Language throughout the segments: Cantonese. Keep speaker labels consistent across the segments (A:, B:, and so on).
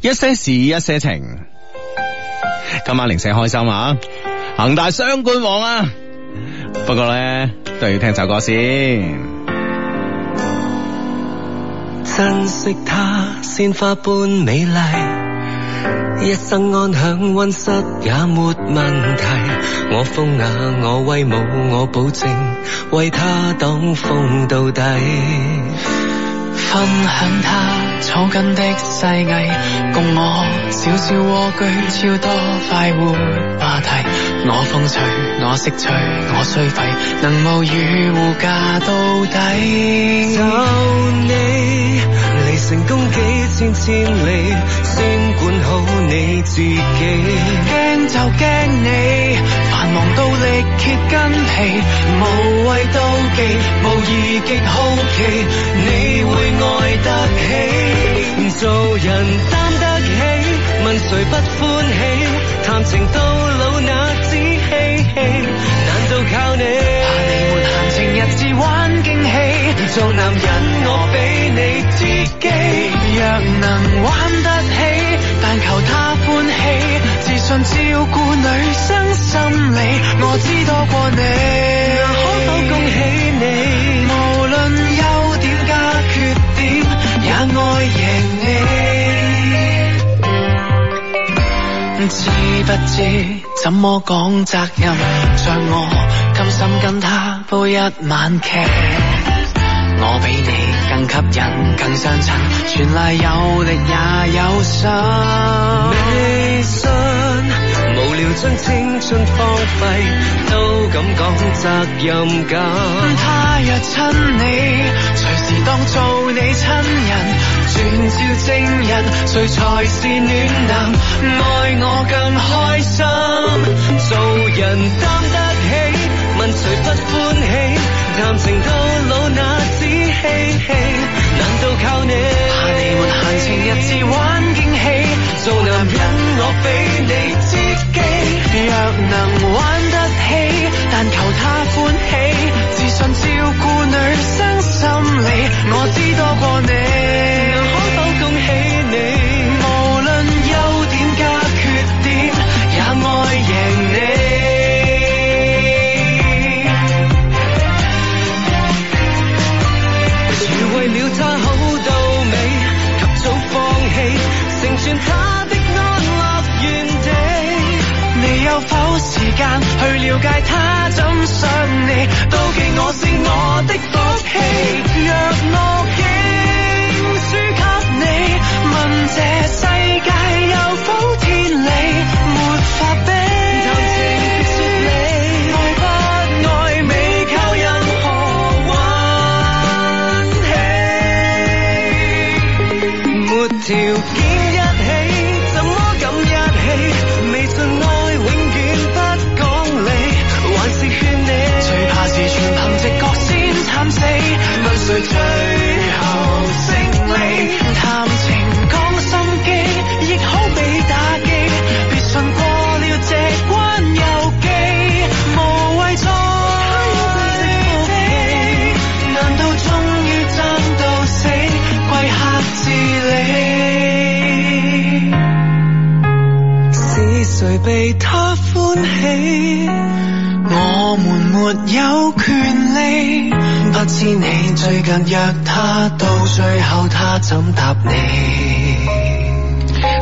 A: 一些事，一些情。今晚零舍開心啊！恒大雙冠王啊！不過咧都要聽首歌先。
B: 珍惜它，鮮花般美麗，一生安享溫室也沒問題。我風雅，我威武，我保證為它擋風到底。
C: 分享它草根的細藝，共我小小蝸居，超多快活話題。我風趣，我識趣，我衰廢，能無語護駕到底。
B: 就你離成功幾千千里，先管好你自己。
C: 驚就驚你，繁忙到力竭筋疲，無謂妒忌，無疑極好奇，你會愛得起。
B: 做人擔得起，問誰不歡喜？談情到老那只嬉戲，難道靠你？
C: 怕你沒閒情日子玩驚喜，
B: 做男人我俾你知己，
C: 若能玩得起，但求他歡喜，自信照顧女生心理，我知多過你。
B: 可否恭喜你？
C: 無論優點加缺點，也愛贏你。知不知怎麼講責任？像我甘心跟他煲一晚劇，我比你更吸引，更相襯，全賴有力也有心。
B: 微信無聊將青春荒廢，都敢講責任感。
C: 他若親你，隨時當做你親人，轉照正人，誰才是暖男？愛我更開心，
B: 做人擔得起，問誰不歡喜？談情到老那只嬉戲，難道靠你？
C: 怕你沒閒情日子玩驚喜，
B: 做男人我俾你知己。
C: 若能玩得起，但求他歡喜，自信照顧女生心理，我知多過你。
B: 可否恭喜你？
C: 無論優點加缺點，也愛贏你。
B: 如為了他好到尾，及早放棄，成全他的安樂園地。
C: 你有否時間去了解他怎想你？妒忌我是我的福氣，若我竟輸給你，問這世界有否天理？沒法比。
B: 談情說理，
C: 愛不愛未靠任何運氣。
B: 沒條件一起，怎麼敢一起？未盡愛永遠不講理，還是勸你
C: 最怕是全憑直覺先慘死，問誰最後勝利？談情講心機，亦好比打機，別信過了這關又記，無謂再飛。難道終於爭到死，跪下自理？
B: 是誰被他歡喜？
C: 我們沒有權利，不知你最近約他，到最後他怎答你？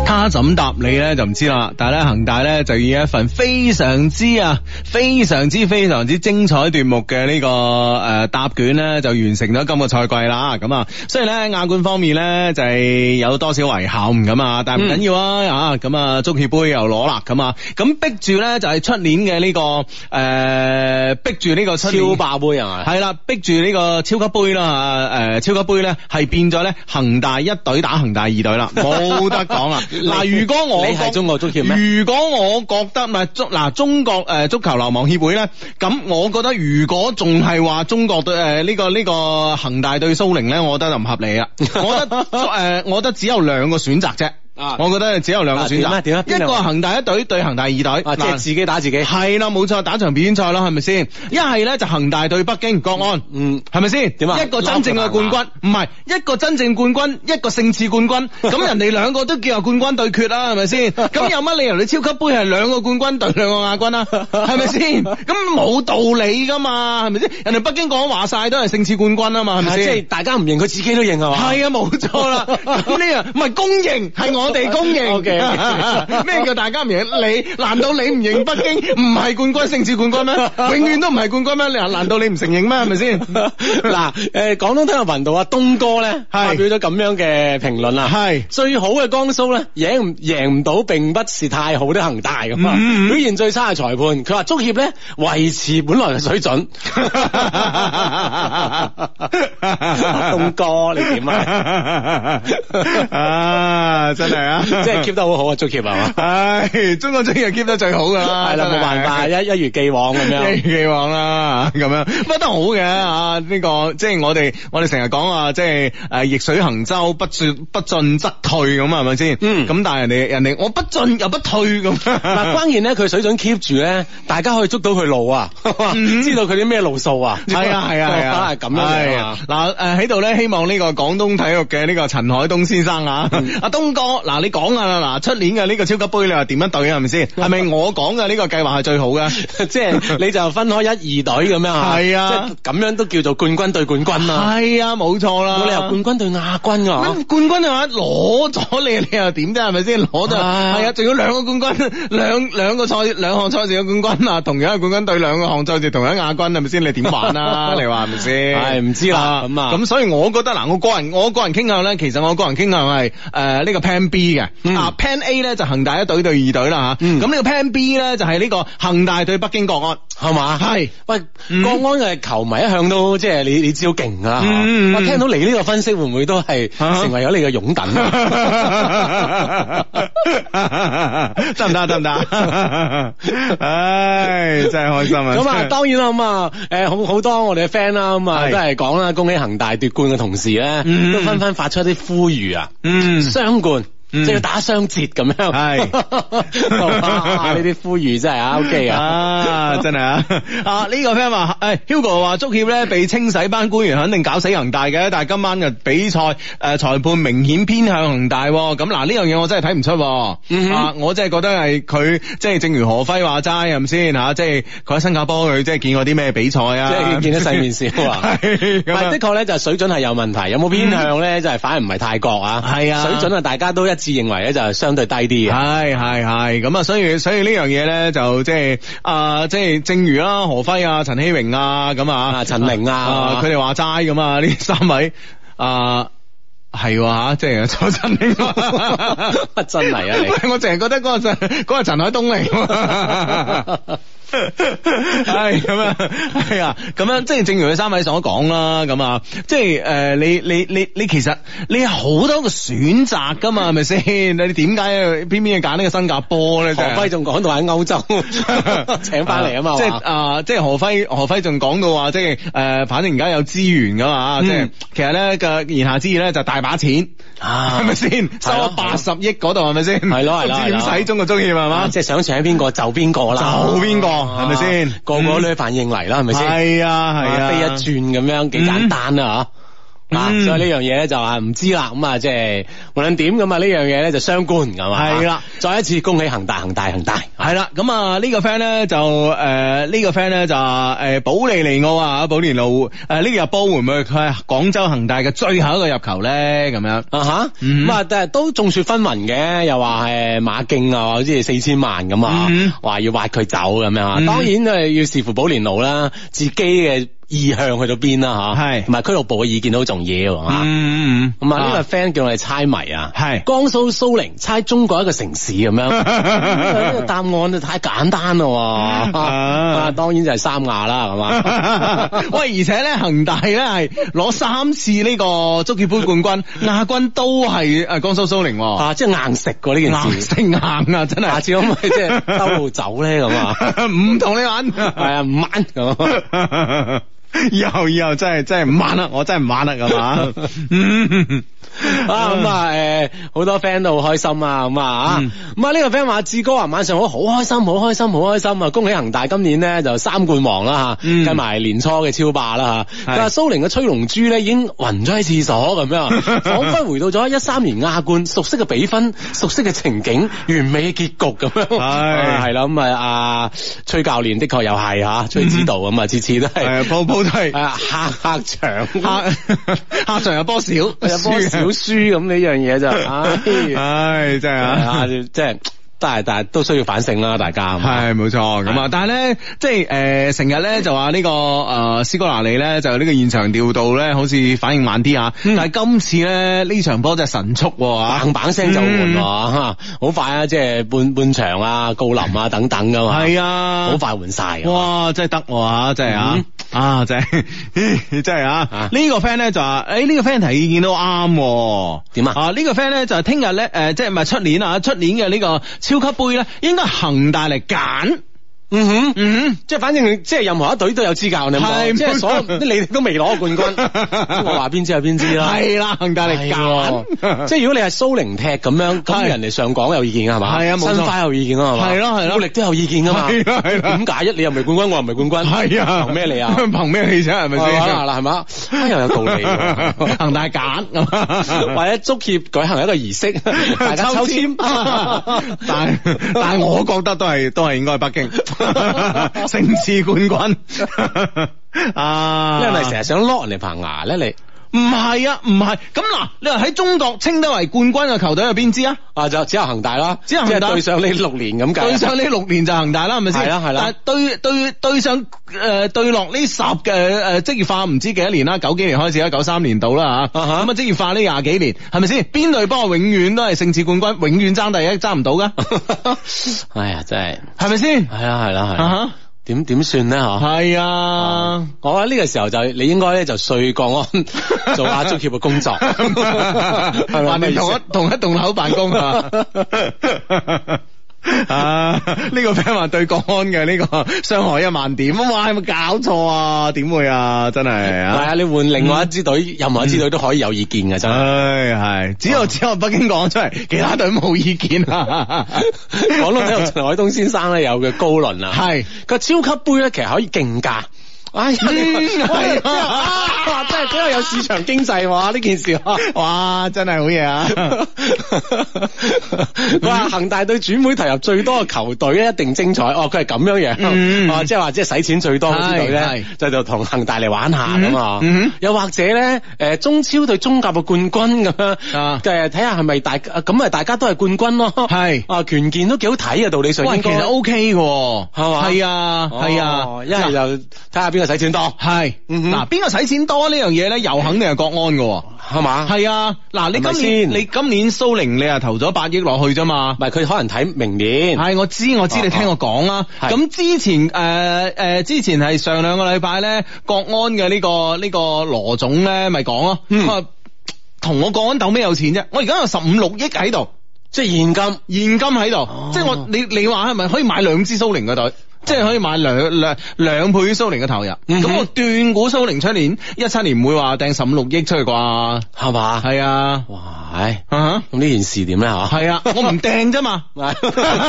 A: 他怎答你咧就唔知啦，但係咧恒大咧就以一份非常之啊，非常之非常之精彩奪目嘅呢、個誒、呃答卷咧就完成咗今個賽季啦。咁啊，雖然咧亞冠方面咧就係、有多少遺憾咁啊，但係唔緊要啊啊咁啊，足協杯又攞啦咁啊，咁逼住咧就係、出年嘅呢、個誒、呃逼住呢個出年
D: 超霸杯啊係咪？
A: 係啦，逼住呢個超級杯啦，啊誒、超級杯咧係變咗咧恒大一隊打恒大二隊 啦，冇得講啦。嗱，如果我
D: 你係
A: 覺
D: 中國足協咩
A: 如果我覺得唔係足嗱中國誒足球流氓協會咧，咁我覺得如果仲係話中國對誒呢個呢、 個恒大對蘇寧咧，我覺得就唔合理啦。我覺得誒、我覺得只有兩個選擇啫。
D: 啊
A: 我覺得只有兩個選擇，
D: 啊點啊點啊邊
A: 一個
D: 兩個
A: 係恒大一隊對恒大二隊，
D: 啊，即係
A: 嗱
D: 自己打自己。
A: 係啦，冇錯，打場表演賽啦，係咪先？一係咧就恒大對北京國安，
D: 嗯
A: 係咪先？
D: 點啊
A: 一個真正嘅冠軍，唔係一個真正冠軍，一個勝似冠 軍，咁人哋兩個都叫做冠軍對決啦，係咪先？咁有乜理由你超級杯係兩個冠軍對兩個亞軍啊？係咪 先？咁冇道理噶嘛，係咪先？人哋北京國安話晒都係勝似冠軍啊嘛，係
D: 係
A: 咪
D: 咪
A: 先？
D: 即係大家唔認，佢自己都認係嘛？
A: 係啊，冇錯啦。咁呢個唔係公認，係我哋公認。
D: OK，OK
A: 咩叫大家唔認？你難道你唔認北京唔係冠軍，勝似冠 軍咩？永遠都唔係冠軍咩？你難道你唔承認咩？係咪先？
D: 嗱，誒廣東體育頻道啊，東哥咧發表咗咁樣嘅評論啦，
A: 係
D: 最好嘅江蘇咧贏唔贏唔到並不是太好的恒大咁啊，
A: 嗯嗯嗯
D: 表現最差嘅裁判，佢話足協咧維持本來嘅水準。東哥你點啊？
A: 啊，真係啊，
D: 即係 keep 得好好啊，足協係嘛？
A: 唉，中國中意 keep 得最好噶啦，啊
D: 係啦，
A: 真嗯
D: 冇辦法，一一如既往咁
A: 一
D: 樣。
A: 如既往啦，咁樣不得好嘅啊！呢、個即係我哋我哋成日講啊，即係誒逆水行舟，不進不進則退咁啊，係咪先？
D: 嗯
A: 咁但係人哋人哋我不進又不退咁。
D: 嗱，關鍵咧佢水準 keep 住咧，大家可以捉到佢路啊，
A: 嗯
D: 知道佢啲咩路數啊。
A: 係啊係啊係啊，
D: 係咁樣
A: 係
D: 啊
A: 啊。嗱誒喺度咧，希望呢個廣東體育嘅呢個陳海東先生啊，
D: 嗯
A: 阿東哥，嗱你講啊啦，嗱出年嘅呢個超級杯你話點樣對啊？係咪先？係咪我講嘅呢個計劃係最好嘅？
D: 即係你就分開一二隊咁樣啊
A: 係啊
D: 即係咁樣都叫做冠軍對冠軍啊，
A: 係啊，嗯冇錯啦。
D: 冇理由冠軍對亞軍啊。
A: 咁冠軍嘅話攞咗你，你又點啫？係咪先攞咗？
D: 啊
A: 係啊，仲要兩個冠軍， 兩兩個賽兩項賽事嘅冠軍啊，同樣嘅冠軍對兩個項賽事同樣亞軍，係咪先？你點玩 啊？你話係咪先？
D: 係唔知啦咁啊
A: 咁所以我覺得嗱，我個人我個人傾向咧，其實我個人傾向係誒呢個 Plan B 嘅、
D: 嗯
A: 啊，Plan A 咧就恒大一隊對二隊啦吓，咁
D: 嗯
A: 呢、個 Plan B 咧就係呢個恒大對北京國安。
D: 係嘛？
A: 係
D: 喂，
A: 嗯
D: 國安嘅球迷一向都即係你你知好勁啊！
A: 嗯嗯
D: 我
A: 嗯
D: 聽到你呢個分析會唔會都係
A: 啊
D: 成為咗你嘅 擁躉啊？
A: 得唔得？得唔得？唉，真係開心啊！
D: 咁啊，當然啦，咁啊，誒，好好多我哋嘅 friend 啦，咁啊，
A: 係
D: 都係講啦，恭喜恒大奪冠嘅同時咧，
A: 嗯
D: 都紛紛發出一啲呼籲啊，
A: 嗯
D: 雙冠。
A: 嗯
D: 即係要打雙節咁樣，
A: 係
D: 哇呢啲呼籲真係啊，OK 啊，
A: 啊，真係啊！啊，呢個 friend 話，誒，Hugo 話足協咧被清洗班官員肯定搞死恒大嘅，但係今晚嘅比賽誒裁判明顯偏向恒大喎，咁嗱呢樣嘢我真係睇唔出
D: 嗯
A: 喎，
D: 哼
A: 啊，我真係覺得係佢即係正如何輝話齋係咪先嚇？即係佢喺新加坡佢即係見過啲咩比賽
D: 即
A: 啊？
D: 係見得世面少 啊。
A: 係咁
D: 但
A: 啊嗯
D: 係的確咧，就係水準係有問題，有冇偏向咧，就係反而唔係泰國啊。
A: 係啊
D: 水準啊，大家都一致認為咧，就係相對低啲啊
A: 係
D: 嘅。
A: 係係咁啊，所以所以呢樣嘢咧就即係啊，即係正如啦，何輝啊、陳希榮啊咁啊、
D: 啊陳明啊
A: 佢哋話齋咁啊，呢三位啊。係喎吓，即係周陳明，
D: 真係啊你
A: 喂我淨係覺得嗰個陳嗰個陳海東嚟 喎。 係咁啊， 係啊，咁樣即係正如佢三位所講啦，咁啊，即係誒、呃你你你你其實你有好多個選擇噶嘛，係咪先？ 你點解偏偏要揀呢個新加坡咧？
D: 何輝 仲講到喺歐洲 請翻嚟啊嘛，
A: 即係
D: 話
A: 啊，即係何輝何輝仲講到話，即係誒，反正而家有資源噶嘛，
D: 嗯
A: 即係其實咧嘅言下之意咧就大把錢，
D: 啊
A: 係咪先？收
D: 係咯
A: 咗八十億嗰度係咪先？
D: 係咯係咯
A: 唔知點
D: 係咯
A: 使中國中意係嘛
D: 啊？即係想請邊個就邊個啦，
A: 就邊個係咪先嗯
D: 啊個個都係反應嚟啦，係咪先？
A: 係啊係啊，
D: 飛一轉咁樣幾簡單啊嚇。啊，
A: 嗯
D: 所以呢樣嘢咧就話唔知啦，咁啊即係無論點咁啊呢樣嘢咧就相關係嘛，啊
A: 係啦，
D: 再一次恭喜恒大恒大恒大，
A: 系啦，咁啊呢個 friend 咧就誒呢個 friend 咧就誒保利尼奧啊，保連路誒呢個入波會唔會佢係廣州恒大嘅最後一個入球咧？咁樣
D: 啊吓，
A: 嗯
D: 咁啊，但係都眾說紛紜嘅，又話係馬競啊，好似四千萬咁啊
A: 嗯，
D: 話要挖佢走咁樣啊。
A: 嗯
D: 當然誒要視乎保連奴啦，自己嘅意向去到邊啦吓，
A: 係
D: 同埋俱樂部嘅意見都好重要啊。
A: 嗯
D: 咁啊，呢個 friend 叫我哋猜謎啊，
A: 係
D: 江蘇蘇寧猜中國一個城市咁樣。 呢個答案就太簡單啦喎，
A: 啊？
D: 啊，當然就係三亞啦，係嘛
A: 喂，而且咧恒大咧係攞三次呢個足協杯冠軍，亞軍都係誒江蘇蘇寧喎，
D: 啊，即係硬食過呢件
A: 硬
D: 事，
A: 性硬啊，真
D: 下
A: 係
D: 次可唔可以 即 係兜路走咧咁啊？
A: 唔同你玩。
D: 啊係啊，五萬咁。
A: 以後以後真係真係唔玩啦，我真係唔玩啦，咁 啊，嗯
D: 啊咁啊誒，好多 friend 都好開心啊咁啊
A: 嗯
D: 咁啊呢個 friend 話志哥啊晚上好好開心好開心好開心啊！恭喜恒大今年呢就三冠王啦吓，
A: 嗯
D: 跟埋年初嘅超霸啦吓。
A: 係
D: 佢話蘇寧嘅崔龍珠呢已經暈咗喺廁所咁 樣，彷彿回到咗一三年亞冠熟悉嘅比分、熟悉嘅情景、完美嘅結局咁樣。 啊係啦咁啊啊崔教練的確又係吓，崔指導咁啊，次次都係
A: 係鋪鋪都係
D: 啊客客場
A: 客客場有波少，有
D: 有波小輸咁呢樣嘢就，唉，
A: 唉，真係
D: 啊，
A: 啊。
D: 即係，但係但係都需要反省啦，大家。
A: 系冇錯咁啊！但係咧，即係诶，成日咧就話呢、個个呃斯哥拿利咧，就呢個現場調度咧，好似反應慢啲啊！但係今次咧呢場波真係神速喎啊！
D: 砰砰聲就換喎，
A: 嗯
D: 嚇好快啊！即係半半場啊、郜林啊等等噶嘛，
A: 係啊，
D: 好快換晒㗎。
A: 哇，真係得喎嚇真係啊
D: 嗯，
A: 啊真係，真係 啊
D: 啊！
A: 呢個 friend 咧就話，誒呢個 friend 提意見都啱喎。
D: 點啊
A: 啊呢個 friend 咧就係聽日咧，誒即係唔係出年啊？出年嘅呢個超級杯咧，應該係恒大嚟揀。
D: 嗯哼。
A: 嗯。
D: 即係反正即係任何一隊都有資格，你咁
A: 係
D: 講即係 所有你哋都未攞過冠軍，我話邊知有邊知啦。
A: 係啦，恒大嚟 揀，
D: 即係如果你係蘇寧踢咁
A: 係
D: 樣，咁人哋上港有意見㗎係嘛？
A: 係啊冇錯
D: 申花有意見㗎係嘛？
A: 係咯係咯
D: 富力都有意見㗎嘛？
A: 係啦係啦
D: 點解一你又唔係冠軍，我又唔係冠軍？
A: 係啊，？
D: 憑咩你啊
A: 憑咩你啫？係咪先？
D: 係啦係嘛？啊又有道理 喎。
A: 恒大揀 咁啊
D: 或者足協舉行一個 儀式， 大家抽籤，
A: 但但我覺得都係都係應該係北京 城市冠軍 啊！
D: 你係咪成日想攞人哋棚牙咧？你
A: 唔係啊？唔係咁嗱，你話喺中國稱得為冠軍嘅球隊有邊支啊？
D: 啊就只有恒大啦，
A: 只有恒
D: 即
A: 大
D: 係對上呢六年咁計，
A: 對上呢六年就恒大啦，係咪先？
D: 啊係啦係啦
A: 但係對對對上誒對落呢十嘅誒職業化唔知幾多年啦，九幾年開始啦，九三年到啦嚇。
D: 啊哈
A: 咁啊職業化呢廿幾年係咪先？邊隊波永遠都係勝似冠軍，永遠爭第一爭唔到 噶，
D: 哎呀真係，
A: 係咪先？
D: 係啦係啦係啦，
A: 啊
D: 點點算咧
A: 哈，
D: 嚇？
A: 係啊。
D: 我覺得呢個時候就你應該咧就睡國安 做下足協嘅工作，
A: 啊哦
D: 係咪
A: 還定同一同一棟樓辦公啊！ 啊！呢、個 friend 話對國安嘅呢、個傷害一萬點，哇！有冇搞錯啊？點會啊？真係
D: 係啊，
A: 啊！
D: 你換另外一支隊，任何一支隊都可以有意見嘅真
A: 嗯
D: 係。
A: 唉，係只有只有北京講出嚟，其他隊冇意見啊！
D: 廣東體育陳海東先生咧有嘅高論啊，
A: 係
D: 個超級杯咧，其實可以競價。哎呀，
A: 嗯
D: 呢個
A: 係啊
D: 哇真係比較有市場經濟喎呢件事啊。
A: 哇！真係好嘢 啊！
D: 佢話恒大對轉會投入最多嘅球隊咧，一定精彩。哦，佢係咁樣樣，
A: 嗯
D: 哦，即係話即係使錢最多嗰支隊
A: 係
D: 咧，就就同恒大嚟玩下咁啊
A: 嗯嗯。
D: 又或者咧，誒中超對中甲嘅冠軍咁樣，
A: 啊
D: 誒睇下係咪大咁啊，大家都係冠軍咯。
A: 係
D: 啊，權健都幾好睇嘅，道理上
A: 喂，
D: 應
A: 其
D: 該
A: 實 O K 嘅喎，
D: 係嘛
A: 係啊，係啊
D: 哦，一係就睇下邊個使錢多，
A: 係
D: 嗯哼
A: 嗱，邊個使錢多呢樣嘢咧？又肯定係國安嘅喎。
D: 係嘛？
A: 系啊，嗱，你
D: 係咪
A: 今年
D: 先
A: 你今年蘇寧你啊投咗八億落去啫嘛
D: 唔。係佢可能睇明年，
A: 係，我知我知，你聽我講啦。
D: 哦係
A: 咁之前誒誒，之前係上兩個禮拜咧，國安嘅呢個呢個羅總咧，咪講咯，
D: 嗯
A: 佢話同我國安鬥咩有錢啫？我而家有十五六億喺度，
D: 即係現金。
A: 現金喺
D: 哦
A: 度，即係我你你話係咪可以買兩支蘇寧嘅隊？即係可以買兩兩兩倍蘇寧嘅投入，咁、
D: 嗯哼
A: 我斷估蘇寧出年一七年唔會話掟十五六億出去啩？
D: 係嘛？
A: 係啊，
D: 哇！唉
A: 啊哈
D: 咁呢件事點咧吓？，
A: 系啊，我唔掟啫嘛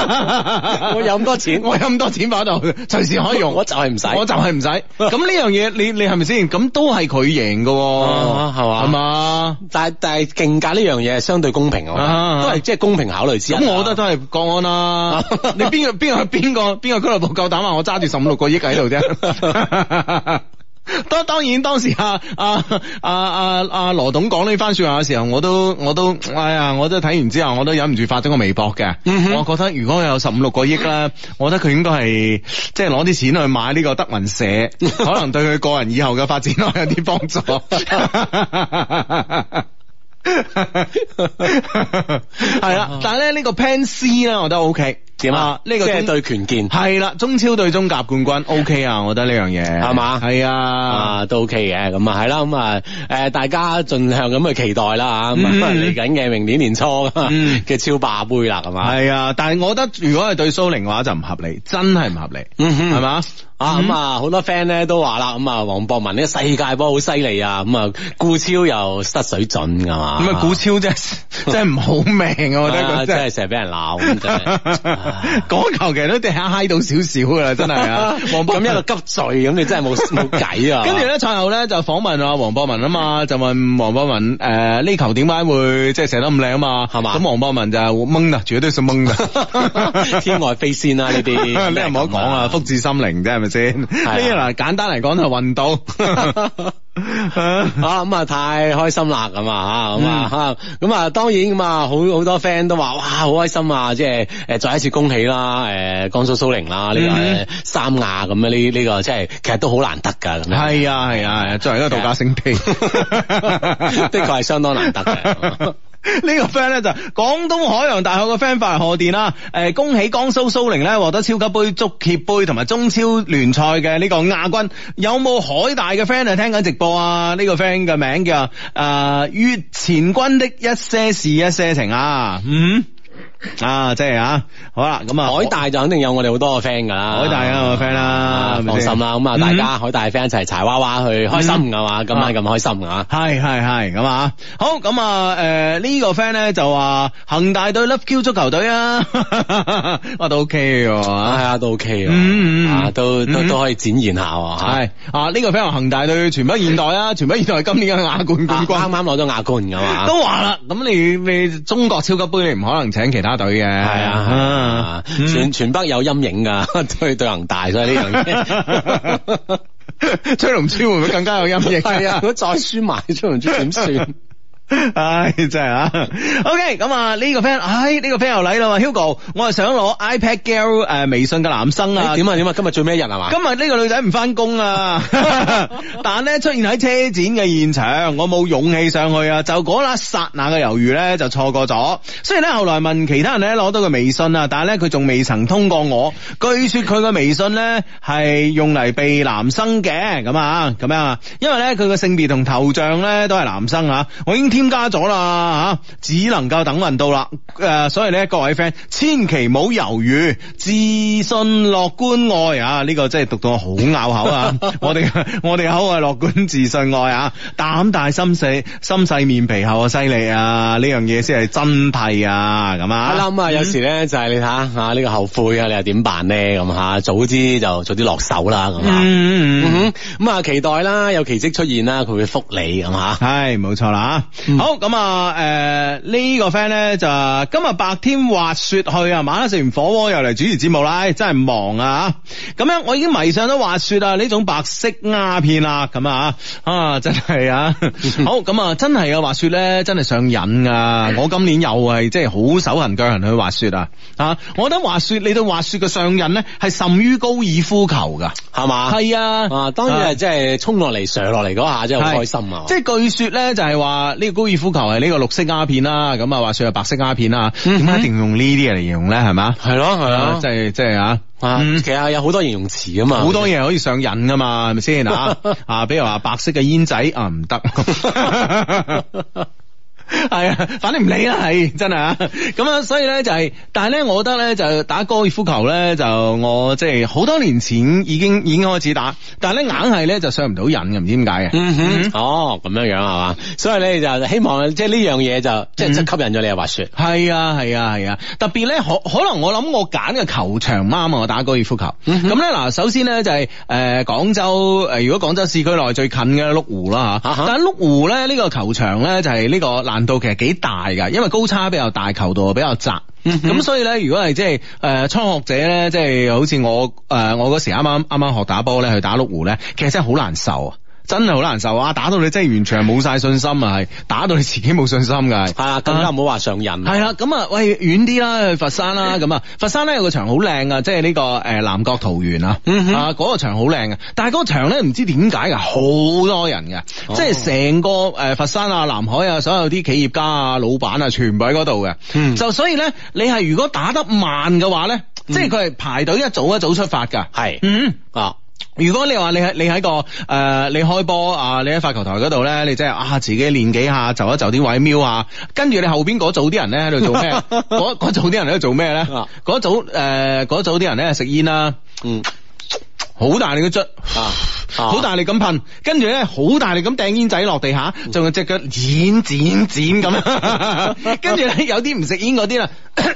D: 我有咁多錢
A: 我有咁多錢擺喺度，隨時可以用，
D: 哎我就係唔使
A: 我就係唔使。咁呢樣嘢，你你係咪先？咁都係佢贏嘅喎，
D: 啊係嘛
A: 係嘛？
D: 但係但係競價呢樣嘢係相對公平
A: 啊
D: 啊，都係即係公平考慮之一啊。
A: 咁我覺得都係國安啦。 你邊個邊個邊個邊個俱樂部夠膽話我揸住十五六個億喺度啫？ 當當然當時啊啊啊啊啊羅董講呢番説話嘅時候，我都我都哎呀，我都睇完之後，我都忍唔住發咗個微博嘅。
D: 嗯哼
A: 我覺得如果有十五六個億咧，我覺得佢應該係即係攞啲錢去買呢個德雲 社，可能對佢個人以後嘅發展可能有啲幫 助。系啦，但系咧呢個 Pan C 咧，我覺得 O K。
D: 啊點
A: 啊
D: 啊？
A: 呢個
D: 即
A: 中
D: 係對拳健
A: 係啦，中超對中甲冠軍 OK 啊，我覺得呢樣嘢
D: 係嘛
A: 係啊，
D: 啊，都 OK 嘅，咁啊係啦，咁啊誒，大家盡量咁去期待啦嚇，咁啊
A: 嗯
D: 嚟緊嘅明年年初啊
A: 嗯
D: 嘅超霸杯啦，係嘛？
A: 係啊，但係我覺得如果係對蘇寧嘅話就唔合理，真係唔合理，
D: 嗯哼
A: 係嘛？
D: 啊咁啊，好多 friend 咧都話啦，咁啊黃博文呢個世界波好犀利啊，咁啊顧超又失水準㗎嘛，
A: 咁啊，古超真 係真係唔好命啊！我覺得
D: 啊
A: 佢
D: 真
A: 真係
D: 係。成日俾人鬧咁真係。 唉
A: 嗰球其實都地下嗨到少少噶啦，真係 啊！ 黃博
D: 咁一個急墜咁，你真係冇冇計啊！
A: 跟住咧，賽後咧就訪問啊黃博文啊嘛，就問黃博文誒呢球點解會即係射得咁靚啊嘛，
D: 係嘛！
A: 咁黃博文就懵啊，絕對都想懵啊
D: 天外飛仙啦，呢啲
A: 呢個唔好講啊，福至心靈啫，係咪先？呢
D: 啊
A: 個嗱簡單嚟講就係運 到。
D: 啊咁啊太開心啦咁
A: 嗯
D: 啊嚇咁啊嚇咁啊當然咁啊好好多 friend 都話哇好開心啊即係誒再一次恭喜啦誒江蘇蘇寧啦呢個
A: 嗯
D: 誒三亞咁樣啊呢呢個即係其實都好難得㗎咁樣。
A: 係啊係啊，係啊作為一個度假勝地，
D: 的確係相當難 得嘅。
A: 呢個 friend 咧就廣東海洋大學嘅 friend 發嚟賀電啦，誒、恭喜江蘇蘇寧咧獲得超級杯、足協杯同埋中超聯賽嘅呢個亞軍。有冇海大嘅 friend 係聽緊直播啊？呢、個 friend 嘅名叫誒月前軍的一些事一些情啊，嗯。啊，即係啊，好啦，咁啊，
D: 海大就肯定有我哋好多個 friend 㗎啦，
A: 海大啊我 friend 啦係咪
D: 放
A: 先嗯
D: 心啦，咁啊大家海大 friend 一齊柴娃娃去開心㗎嘛，
A: 啊
D: 今晚咁開心啊㗎。
A: 係係係咁啊！好咁啊！誒、呢、個 friend 咧就話恒大對 Love Q 足球隊啊， 我都 OK 嘅
D: 啊，係
A: 喎。
D: 啊，都 OK
A: 嗯嗯
D: 喎，啊，都都
A: 嗯
D: 都可以展現下喎，嚇
A: 係啊！呢、個 friend 話恒大對全北現代啊，全北現代係今年嘅亞
D: 啊
A: 冠
D: 啱
A: 冠軍。
D: 啱攞咗亞冠啊㗎嘛。
A: 都話啦，咁你你中國超級杯你唔可能請其他隊嘅，
D: 係啊，係啊
A: 嗯
D: 全全北有陰影噶， 對對恒大，所以呢樣 嘢。
A: 吹龍珠會唔會更加有陰影？
D: 係 啊，如果再輸埋出唔知點 算？
A: 唉，真係啊！OK，咁啊呢個 friend，唉呢個 friend 又嚟啦，Hugo，我係想攞 iPad Girl 誒微信嘅男生啊
D: 誒，點啊點啊，今日最尾一日係嘛？
A: 今日呢個女仔唔翻工啊， 但咧出現喺車展嘅現場，我冇勇氣上去啊，就嗰粒剎那嘅猶豫咧就錯過咗。雖然咧後來問其他人咧攞到個微信啊，但係咧佢仲未曾通過我。據說佢個微信咧係用嚟避男生嘅，咁啊咁樣啊，因為咧佢個性別同頭像咧都係男生啊，我已經添加咗啦吓，只能夠等運到啦。誒、所以咧各位 friend 千祈唔好猶豫，自信樂觀愛啊！呢、個真係讀到我好拗口啊！ 我哋我哋口係樂觀自信愛啊，膽大心細心細面皮厚啊，犀利啊！呢樣嘢先係真諦啊！咁啊，
D: 係啦，咁啊，有時咧就係你睇下啊呢個後悔啊，你又點辦咧？咁吓，早知就早啲落手啦，咁啊。
A: 嗯。嗯嗯嗯
D: 嗯哼，咁啊，期待啦，有奇蹟出現啦，佢會覆你咁啊吓。
A: 係冇錯啦，好咁啊，誒、呢、個 friend 咧就話今日白天滑雪去啊，晚黑食完火鍋又嚟主持節目啦，唉真係忙啊！咁樣我已經迷上咗滑雪啊呢種白色鴉片啦，咁啊啊真係 啊，好咁啊真係啊滑雪咧真係上癮啊！我今年又係即係好手痕腳痕去滑雪啊啊！我覺得滑雪你對滑雪嘅上癮咧係甚於高爾夫球噶，
D: 係嘛？
A: 係啊
D: 啊，當然係即係衝落嚟、上落嚟嗰下，真係好開心啊！
A: 即係據說咧，就係話呢個高爾夫球係呢個綠色鴉片啦，咁啊話說係白色鴉片啦，點解一定要用呢啲嘢嚟形容咧？係嘛？
D: 係咯，嗯係咯，
A: 即係即係啊！
D: 啊，
A: 嗯
D: 其實有好多形容詞啊嘛，
A: 好多嘢可以上癮噶嘛，係咪先啊？啊，比如話白色嘅煙仔啊，唔得。係啊，反正唔理啦，係真係啊。咁啊，所以咧就係、但係咧，我覺得咧就打高爾夫球咧，就我即係好多年前已經已經開始打，但係咧硬係咧就上唔到癮嘅，唔知點解嘅。
D: 嗯哼，哦，咁樣樣係嘛，所以咧就希望即係呢樣嘢就即係即係吸引咗你啊滑雪，
A: 係啊係啊係啊，特別咧可可能我諗我揀嘅球場唔啱啊，我打高爾夫球。
D: 嗯
A: 咁咧嗱，首先咧就係誒廣州誒、如果廣州市區內最近嘅麓湖啦吓，
D: 啊哈
A: 但係麓湖咧呢、個球場咧就係、呢個難度其實幾大㗎，因為高差比較大，球道比較窄。
D: 嗯
A: 咁、所以咧，如果係即係誒初學者咧，即係好似我誒、我嗰時啱啱啱啱學打波咧，去打麓湖咧，其實真係好難受啊！真係好難受啊！打到你真係完全係冇晒信心啊，係打到你自己冇信心㗎。係
D: 係啦，啊更加唔好話上癮，
A: 係啦，咁啊，喂，遠啲啦，去佛山
D: 嗯
A: 啦，咁啊，佛山咧有個場好靚啊，即係呢個誒南角桃園啊，
D: 嗯哼
A: 啊嗰個場好靚啊，但係嗰個場咧唔知點解㗎，好多人嘅，
D: 哦
A: 即係成個誒佛山啊、南海啊，所有啲企業家啊、老闆啊，全部喺嗰度嘅，
D: 嗯
A: 就所以咧，你係如果打得慢嘅話咧，即係佢係排隊一早一早出發㗎。
D: 係
A: 嗯。
D: 啊，
A: 如果你話你喺你喺個誒、呃你開波啊，你喺發球台嗰度咧，你真係啊自己練幾下，就一就啲位瞄下，跟住你後邊嗰組啲人咧喺度 做咩？嗰嗰組啲人喺度做咩咧
D: 啊？
A: 嗰組誒呃嗰組啲人咧食煙啦，
D: 嗯
A: 好大力嘅捽。
D: 啊，
A: 好大力咁噴，跟住咧好大力咁掟煙仔落地下，
D: 嗯
A: 仲有隻腳剪剪剪 咁，跟住咧有啲唔食煙嗰啲啦，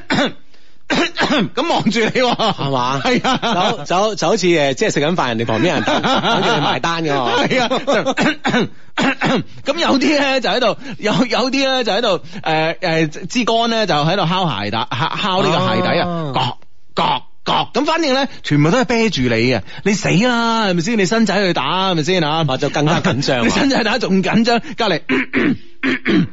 A: 咁望住你喎，係
D: 係嘛？
A: 係啊，
D: 就就就好似誒，即係食緊飯，人哋旁邊 人等住你埋單㗎嘛。
A: 係啊，就 咁有啲咧就喺度，有有啲咧就喺度，誒誒支杆咧就喺度敲鞋底，敲敲呢個鞋底啊，角角角咁，反正咧全部都係啤住你嘅，你死啦，係咪先？你新仔去打係咪先啊？
D: 啊就更加緊張啊
A: 你新仔打仲緊張，隔離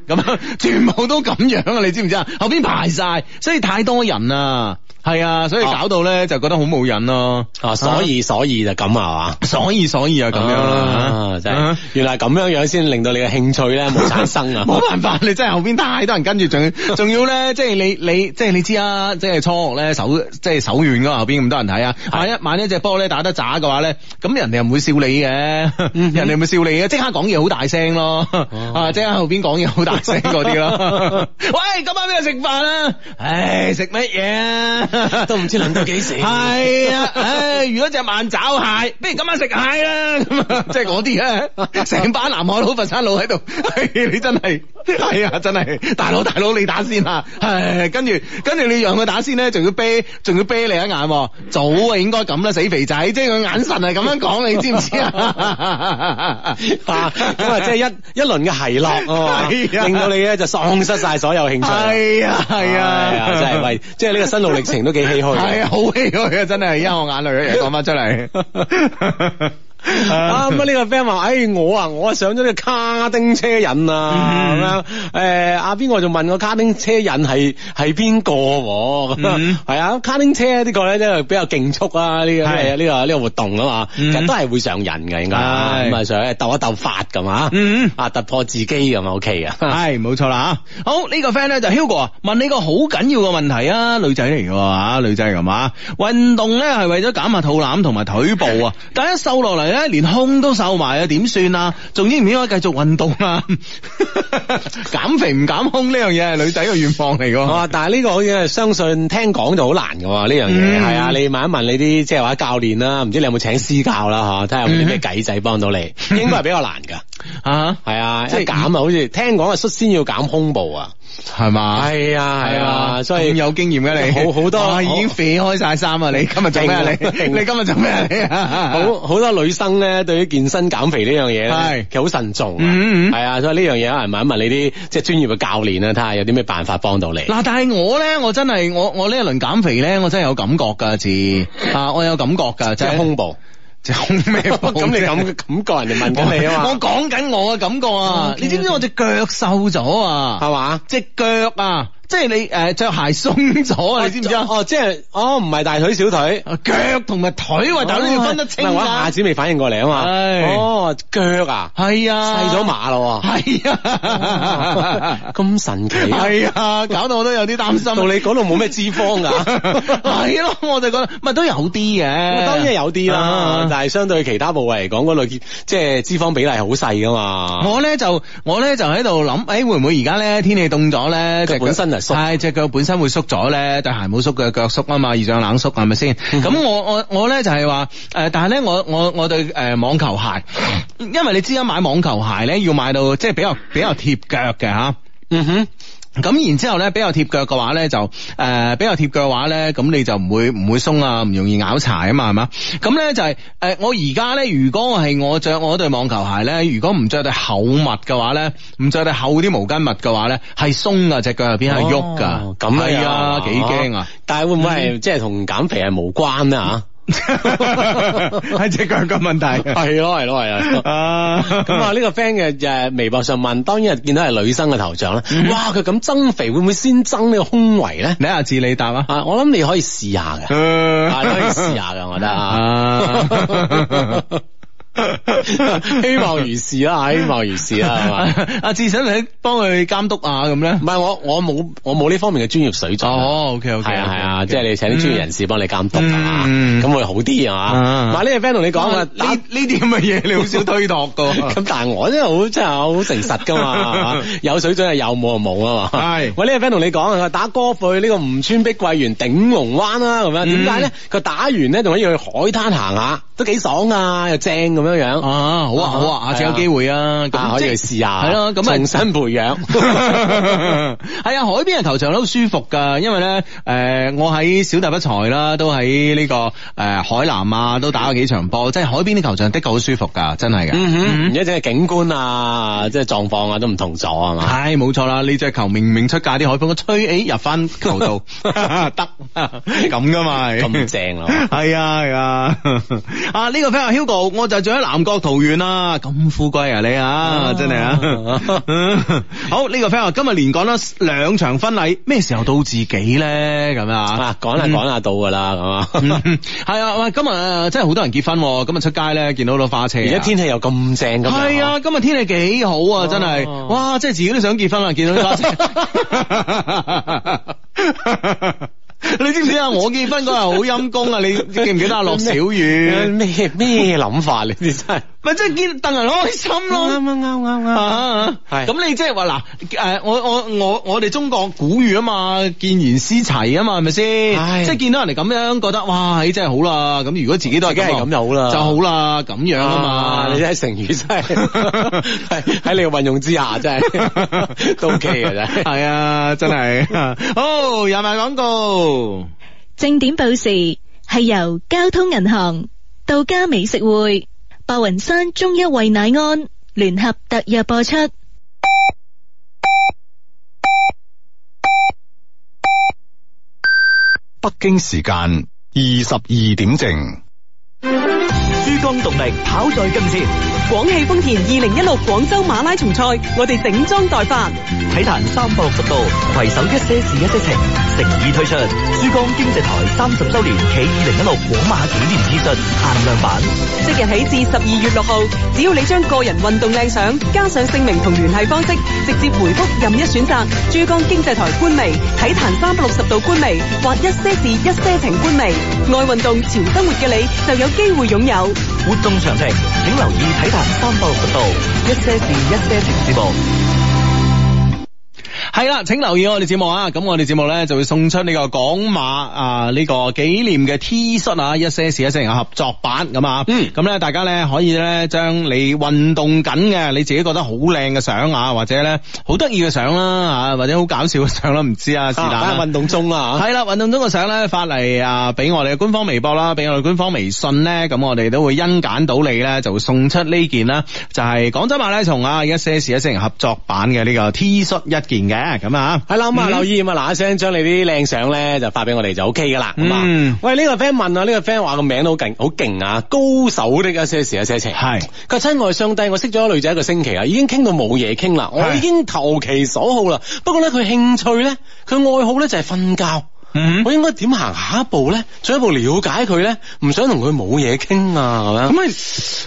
A: 咁樣，全部都咁樣啊！你知唔知啊？後邊排晒，所以太多人啊，係啊，所以搞到咧就覺得好冇癮咯。
D: 啊，所以所以就咁啊，
A: 所以所以啊
D: 係
A: 咁
D: 嘛？
A: 樣啦
D: 啊，真係原來係咁樣樣先令到你嘅興趣咧冇產生啊。
A: 冇辦法，你真係後邊太多人跟住，仲 要仲要咧，即係你你即係你知啊，即係初學咧手即係手軟噶，後邊咁多人睇啊，萬一萬一隻波咧打得渣嘅話咧，咁人哋又唔會笑你嘅，
D: 嗯
A: 人哋唔會笑你嘅，即刻講嘢好大聲咯，
D: 哦
A: 啊即刻後邊講嘢好大聲嗰啲 咯，喂今晚邊度食飯啊？唉食乜嘢啊？
D: 都唔知輪到幾時
A: 係啊，唉如果隻萬爪 蟹，不如今晚食蟹啦，咁 啊即係嗰啲 啊，成班南海佬、佛山佬喺度，唉 你真係係啊真係，大佬大佬你打先啊，唉跟住跟住你讓佢打先咧，仲要啤仲要啤你一眼喎，早啊應該咁啦，死肥仔，即係佢眼神係咁樣講，你知唔 知啊？
D: 啊，咁啊，即係一一輪嘅 奚落啊嘛，
A: 係啊
D: 令到你咧就喪失晒所有興趣。
A: 係啊係
D: 哎呀
A: 啊，
D: 真係喂，即係呢個心路歷程都幾唏噓。
A: 係啊，好唏噓啊，真係，因為我眼淚 一樣講翻出嚟。
D: 啊咁啊！呢個 friend 話：，哎，我啊，我啊上咗呢個卡丁車癮
A: 嗯
D: 啊，咁樣誒，阿邊個就問我卡丁車癮係係邊個喎？咁
A: 嗯
D: 樣 係啊，卡丁車呢個咧，即係比較競速啊，呢個
A: 係
D: 呢個呢個活動啊嘛，其
A: 嗯
D: 實都係會上癮嘅，應該
A: 係
D: 咁啊，想鬥一鬥法咁啊，
A: 嗯
D: 啊突破自己咁啊，OK 嘅。
A: 系冇錯啦吓，好呢、個 friend 咧就 Hugo 啊，問你個好緊要嘅問題啊，女仔嚟嘅吓，女仔咁啊，運動咧係為咗減下肚腩同埋腿部 啊，但係一瘦落嚟咧，連胸都瘦埋啊，點算啊？仲應唔應該繼續運動 啊？減肥唔減胸呢樣嘢係女仔嘅願望嚟
D: 我
A: 㗎。
D: 話哦但係呢個好似相信聽講就好難嘅喎，呢樣嘢
A: 嗯
D: 係啊，你問一問你啲即係話教練啦，唔知你有冇請私教啦嚇，睇下有冇啲咩計仔幫到 你，應該係比較難㗎。
A: 啊，
D: 係啊，
A: 即
D: 即
A: 係
D: 係減啊，好似聽講啊，率先要減胸部啊，
A: 係嘛？
D: 係啊係啊，所
A: 咁
D: 以
A: 有經驗嘅你，
D: 好好多
A: 哇已經肥開晒衫啊！你今日做咩啊？
D: 勁啊
A: 你
D: 勁啊
A: 你今日做咩啊？你
D: 好好多女生咧，對於健身減肥呢樣嘢
A: 係
D: 咧，其實好慎重啊，
A: 嗯嗯
D: 係啊，所以呢樣嘢可能問一問你啲即係專業嘅教練啊啦，睇下有啲咩辦法幫到你。
A: 嗱，但係我咧，我真係我我呢一輪減肥咧，我真係有感覺噶，字啊，我有感覺噶，
D: 即
A: 真
D: 係
A: 係
D: 胸部，
A: 就胸咩部啫？
D: 咁你咁咁覺人哋問緊你啊哦
A: 我我
D: 嘛，
A: 講緊我嘅感覺啊！你知唔知我隻腳瘦咗啊？
D: 係嘛？
A: 隻腳啊，即係你誒着鞋鬆咗啊！你知唔知啊？
D: 哦，即係哦，唔係大腿小腿。哦
A: 腳同埋腿，喂，大佬你要分得清
D: 唔係我一
A: 啊
D: 下！子未反應過嚟啊嘛。
A: 係
D: 哦，腳啊，
A: 係啊，
D: 細咗，碼咯喎。
A: 係 啊，
D: 哦咁神奇啊。
A: 係啊，搞到我都有啲擔心。啊
D: 到你啊嗰度冇咩脂肪 㗎。
A: 係咯，我就覺得咪都有啲嘅，
D: 咁當然有啲啦
A: 啊，
D: 但係相對其他部位嚟講，嗰類即係脂肪比例好細㗎嘛。
A: 我咧就我咧就喺度諗，誒、會唔會而家咧天氣凍咗咧，
D: 腳本身就縮
A: 係隻腳本身會縮咗咧，對鞋冇縮嘅腳縮啊嘛，易脹冷縮係咪先？
D: 嗯
A: 咁我我我咧就係話誒，但係咧我我我對誒、呃、網球鞋，因為你知啦，買網球鞋咧要買到即係比較比較貼腳嘅嚇。
D: 嗯哼，
A: 咁然之後咧，比較貼腳嘅話咧，就誒、呃比較貼腳嘅話咧，咁你就唔會唔會鬆啊，唔容易咬柴啊嘛，係嘛？咁咧就係、呃我而家咧，如果我係我着我對網球鞋咧，如果唔着對厚襪嘅話咧，唔着對厚啲毛巾襪嘅話咧，係鬆噶，隻腳入邊係喐噶
D: 哦，咁樣
A: 係啊，幾驚啊！！
D: 但係會唔會係即係同減肥係無關 啊？
A: 係隻腳嘅問題
D: 係咯，係咯，係 啊。
A: 啊，
D: 咁
A: 咁
D: 啊，呢個 friend 嘅誒微博上問，當然係見到係女生嘅頭像啦。
A: 嗯
D: 哇，佢咁增肥會唔會先增呢個胸圍咧？
A: 你阿志你答啊，
D: 啊，我諗你可以
A: 嗯
D: 啊試下嘅，啊，你可以試下嘅，我覺得啊。 希望如是啦，
A: 嗯
D: 希望如是啊啦，係嘛？
A: 阿志使唔使幫佢監督啊？咁咧
D: 唔？係我我冇我冇呢方面嘅專業水準。
A: 哦，OK OK，
D: 係啊係啊，即係你請啲專業人士幫你監督係嘛，
A: 嗯
D: 咁會好啲啊嘛。
A: 啊
D: 唔係呢個 friend 同你講啊，
A: 呢
D: 打
A: 呢啲咁嘅嘢你好少推度噶。
D: 咁但係我真係好真係好誠實噶 嘛，係嘛有水準係有，冇就冇啊嘛。
A: 係
D: 我呢個 friend 同你講啊，佢話打歌去呢個吳村碧桂園頂龍灣啦，咁樣
A: 嗯
D: 點解咧？佢打完咧仲可以去海灘行下，都幾爽啊，又正咁樣樣。
A: 啊，好啊好啊，下次有機會啊，
D: 啊，
A: 咁
D: 可
A: 即
D: 以去試下，
A: 係咯，咁啊
D: 重 新培養。
A: 係啊，海邊嘅球場都好舒服噶，因為咧，誒、我喺小弟不才啦，都喺呢、個誒、海南啊，都打過幾場波，即係海邊啲球場的確好舒服噶，真係嘅。
D: 嗯哼，而家整係景觀啊，即係狀況啊，都唔同咗係嘛？
A: 係冇錯啦，呢隻球明明出界啲海風一吹，誒入翻球 度，得咁噶嘛，係
D: 咁正咯
A: 係啊係啊，啊呢、個 friend 話 Hugo，我就住喺南國桃園啦，咁富貴啊你啊， 真係啊，好呢、個 friend 話今日連講咗兩場婚禮，咩時候到自己咧咁啊
D: 啊，？講下講下到㗎啦，咁啊。
A: 嗯係啊，喂，今日呃真係好多人結婚喎，今日出街咧見到好多花車，啊
D: 而家天氣又咁正咁樣
A: 係啊，今日天氣幾好啊，真係，
D: 哦
A: 哇，即係自己都想結婚啦，見到啲花 車。你知唔知啊？我結婚嗰日好陰功啊！ 你記唔記得啊？落小雨，
D: 咩咩諗法？你哋真係
A: 咪即係見戥人開心咯。
D: 啱啱
A: 啊
D: 嗯係
A: 咁你即係話嗱，誒，我我我我哋中國古語啊嘛，見賢思齊啊嘛，係咪先
D: 係？
A: 即係見到人哋咁樣，覺得哇，唉真係好啦。咁如果自己都係
D: 自己係咁就好啦
A: 就好啦，咁樣啊嘛。
D: 你真係成語真係 係喺你嘅運用之下，真係都 OK 嘅真係。
A: 系啊，真 系。好，又賣廣告。
E: 正點報時係由交通銀行、道家美食會、白雲山中一惠乃安聯合特約播出。
F: 北京時間二十二點正。
D: 啊
G: 珠江動力跑在今前，
H: 廣汽豐田二零一六廣州馬拉松賽，我哋整裝待發。
G: 體壇三百六十度，攜手一些事一些情，誠意推出珠江經濟台三十周年暨二零一六廣馬紀念資訊限量版。
H: 即日起至十二月六號，只要你將個人運動靚相加上姓名同聯繫方式，直接回覆任一選擇珠江經濟台官微、體壇三百六十度官微或一些事一些情官微，愛運動潮生活嘅你就有機會擁有。
G: 活動詳情請留意體壇三百六十度一些事一些情節目。
A: 係啦，請留意我哋節目啊！咁我哋節目咧就會送出呢個港馬啊呢、個紀念嘅 T 恤啊，一些事一些情嘅合作版咁啊。
D: 嗯
A: 咁咧大家咧可以咧將你運動緊嘅你自己覺得好靚嘅相啊，或者咧好得意嘅相啦啊，或者好搞笑嘅相啦，唔知啊，是但啦
D: 啊運動中啦嚇
A: 係啦，運動中嘅相咧發嚟啊，俾我哋嘅官方微博啦，俾我哋官方微信咧，咁我哋都會因揀到你咧，就會送出呢件啦，就係廣州馬拉松啊一些事一些情合作版嘅呢個 T 恤一件嘅，咁啊，
D: 係啦，咁啊
A: 嗯
D: 留意咁啊嗱一聲將你啲靚相咧就發俾我哋就 OK 噶啦。咁啊
A: 嗯，
D: 喂呢個 friend 問啊，呢個 friend 話個名都好勁，好勁啊！高手的一些事一些情。
A: 係
D: 佢話親愛上帝，我識咗個女仔一個星期啊啦，已經傾到冇嘢傾啦，我
A: 係
D: 已經投其所好啦。不過咧，佢興趣咧，佢愛好咧就係瞓覺。
A: 嗯
D: 我。應該點行下一步咧？進一步了解佢咧，唔想同佢冇嘢傾啊，咁
A: 咁
D: 樣。
A: 咪，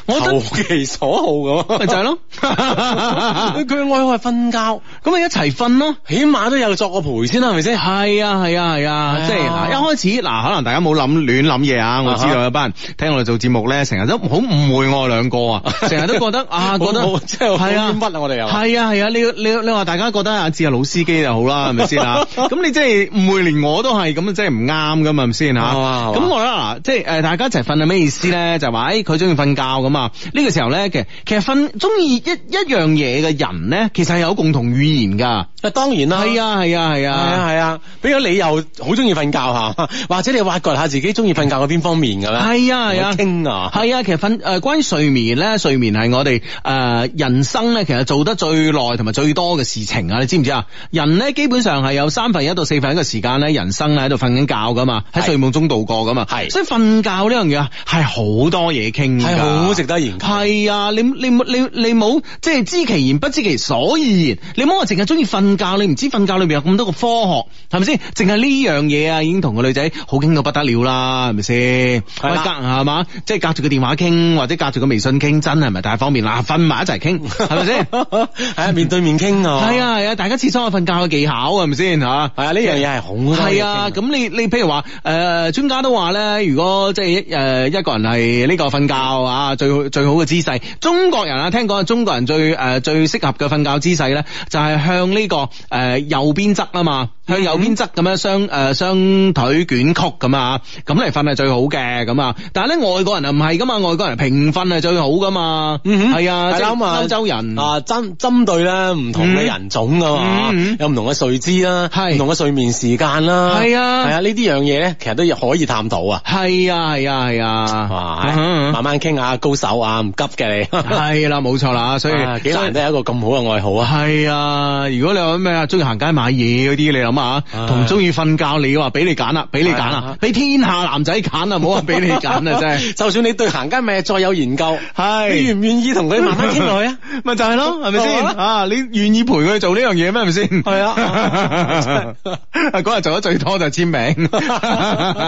A: 我覺
D: 投
A: 得
D: 其所好咁，
A: 咪就係咯
D: 佢愛好係瞓覺，
A: 咁咪一齊瞓咯。
D: 起碼都有作個陪先啦，係咪先？
A: 係啊係啊係
D: 係
A: 啊
D: 啊，
A: 即係嗱，一開始嗱，可能大家冇諗亂諗嘢啊，我知
D: 啊哈
A: 道有班人聽我哋做節目咧，成日都好誤會我哋兩個 啊，成日都覺得啊，
D: 好
A: 覺得
D: 好即係好冤屈啊我哋又
A: 係啊係啊，你你你話大家覺得阿志係老司機就好啦，係咪先 啊？咁你即係誤會連我都係咁，即係唔啱噶嘛，係咪 先吓？啊
D: 係嘛係嘛
A: 咁我咧嗱，即係誒大家一齊瞓係咩意思咧？就係話誒佢中意瞓覺咁啊，呢個時候咧其實其實瞓中意一一樣嘢嘅人咧，其實係有共同語言㗎。
D: 啊，當然啦，
A: 係。啊係啊係
D: 係
A: 啊
D: 啊。係啊，比如你又好中意瞓覺嚇， 或者你挖掘下自己中意瞓覺嘅邊方面嘅咧？
A: 係啊係啊，
D: 同佢傾啊
A: 係啊，其實瞓誒，關於睡眠咧，睡眠係我哋誒、呃人生咧，其實做得最耐同埋最多嘅事情啊，你知唔知啊？人咧基本上係有三分一到四分一嘅時間咧，人生生咧喺度瞓緊覺噶嘛，喺
D: 係
A: 睡夢中度過噶嘛，
D: 係
A: 所以瞓覺呢樣嘢係好多嘢傾㗎，
D: 係好值得研究
A: 係啊，你你你你冇即係知其然不知其所以然，你唔好話淨係中意瞓覺，你唔知瞓覺裏面有咁多個科學，係咪先？淨係呢樣嘢啊，已經同個女仔好傾到不得了啦，係咪先？
D: 係
A: 喂
D: 啦
A: 隔係嘛，即係隔住個電話傾，或者隔住個微信傾，真係咪太方便啦？瞓埋一齊傾，係咪先？
D: 係啊，面對面傾啊，
A: 係，啊係啊，大家廁所有瞓覺嘅技巧係咪先吓？
D: 係啊，呢樣嘢係好多嘢傾
A: 係啊，咁你你譬如話誒、呃，專家都話咧，如果即係誒一個人係呢個瞓覺啊，最好最好嘅姿勢，中國人啊，聽講啊，中國人最誒、呃最適合嘅瞓覺姿勢咧，就係、向呢、個誒、呃右邊側啊嘛，
D: 嗯
A: 向右邊側咁樣雙誒雙腿捲曲咁啊，咁嚟瞓係最好嘅咁啊。但係咧外國人啊唔係噶嘛，外國人平瞓係最好噶嘛，
D: 嗯哼
A: 係啊，
D: 係
A: 即
D: 啦咁啊
A: 係歐洲人
D: 啊，針針對咧唔同嘅人種噶嘛
A: 嗯嗯嗯，
D: 有唔同嘅睡姿啦，
A: 係
D: 唔同嘅睡眠時間啦，
A: 係啊
D: 係啊，呢啲樣嘢咧，其實都可以探討啊。
A: 係啊係啊係啊，
D: 哇，
A: 嗯
D: 慢慢傾下，高手啊，唔急 嘅你，
A: 係啦，冇錯啦，所以
D: 啊幾難。得有一個咁好嘅愛好啊。
A: 係啊，如果你話咩啊，中意行街買嘢嗰啲，你諗下，
D: 唉
A: 同中意瞓覺，你話俾你揀啦，俾你揀啦
D: 啊，
A: 俾天下男仔揀啊，唔好話俾你揀啊，真係。
D: 就算你對行街咪再有研究，
A: 係
D: 你願唔願意同佢慢慢傾落去啊？
A: 咪就係咯，係咪先
D: 係嘛
A: 啊？你願意陪佢做呢樣嘢咩？係咪先？
D: 係啊
A: 嗰日做得最多就係簽名。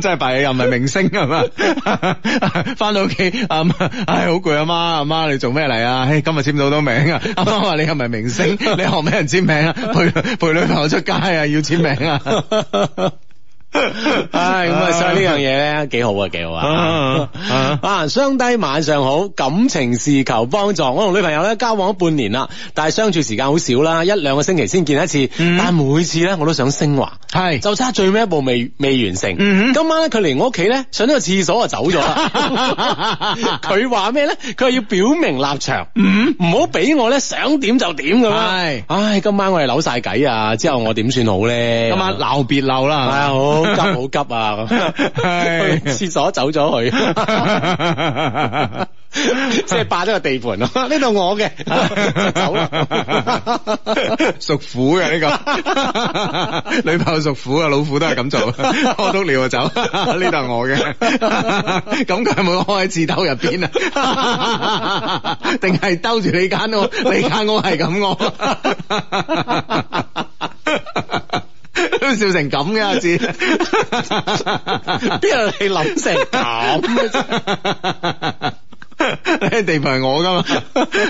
A: 真係弊，又唔係明星係嘛？ 翻到屋企，阿媽唉好攰，阿媽阿媽你做咩嚟啊？唉今日簽到到名啊！阿媽話你又唔係明星， 你學咩人簽名啊？陪陪女朋友出街啊，要簽名啊！
D: 唉，咁啊，所以呢樣嘢咧幾好啊，幾好啊
A: 啊啊！
D: 啊，相低晚上好，感情事求幫助。我同女朋友咧交往咗半年啦，但係相處時間好少啦，一兩個星期先見一次，
A: 嗯
D: 但每次咧我都想升華，
A: 係
D: 就差最尾一步未未完成。
A: 嗯哼
D: 今晚咧佢嚟我屋企咧上咗個廁所就走咗 啦。佢話咩咧？佢話要表明立場，唔好俾我咧想點就點咁啦。
A: 嗯係
D: 唉，今晚我哋扭晒計啊，之後我點算好咧？
A: 今晚鬧別鬧啦，係
D: 係
A: 嘛
D: 啊，好急好急啊！
A: 係
D: 咁 去廁所走 咗去，即係霸咗個地盤咯。呢度我嘅，就 走啦。
A: 属虎嘅啊呢個女朋友屬虎啊，老虎都係咁做，屙督尿就走，呢度係我嘅，咁佢係咪屙喺字兜入邊啊？定係兜住你間屋，你間屋係咁 屙？都笑成咁嘅阿志，
D: 邊有你諗成咁嘅啫？
A: 呢地盤係我噶嘛，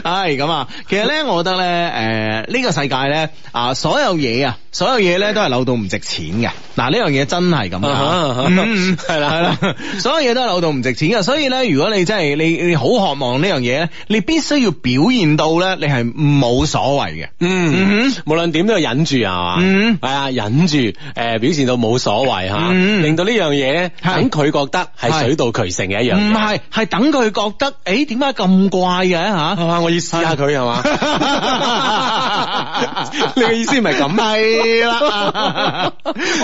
A: 係咁啊。其實咧，我覺得咧，誒、呢、個世界咧啊，所有嘢啊，所有嘢咧都係扭到唔值錢嘅。嗱，呢樣嘢真係咁
D: 啊
A: 啊
D: 哈，
A: 嗯
D: 係啦
A: 係啦，所有嘢都係扭到唔值錢嘅。所以咧，如果你真係你你好渴望呢樣嘢咧，你必須要表現到咧，你係冇所謂嘅。
D: 嗯
A: 嗯哼，
D: 無論點都要忍住啊嘛，
A: 嗯
D: 係啊，忍住，誒、表現到冇所謂嚇，
A: 嗯
D: 令到呢樣嘢咧，
A: 係
D: 等佢覺得係水到渠成嘅一樣嘢，
A: 唔係，係等佢覺得，誒點解咁怪嘅嚇？啊
D: 係嘛？我要試下佢 係嘛？你嘅意思唔係咁啊？
A: 係 啦，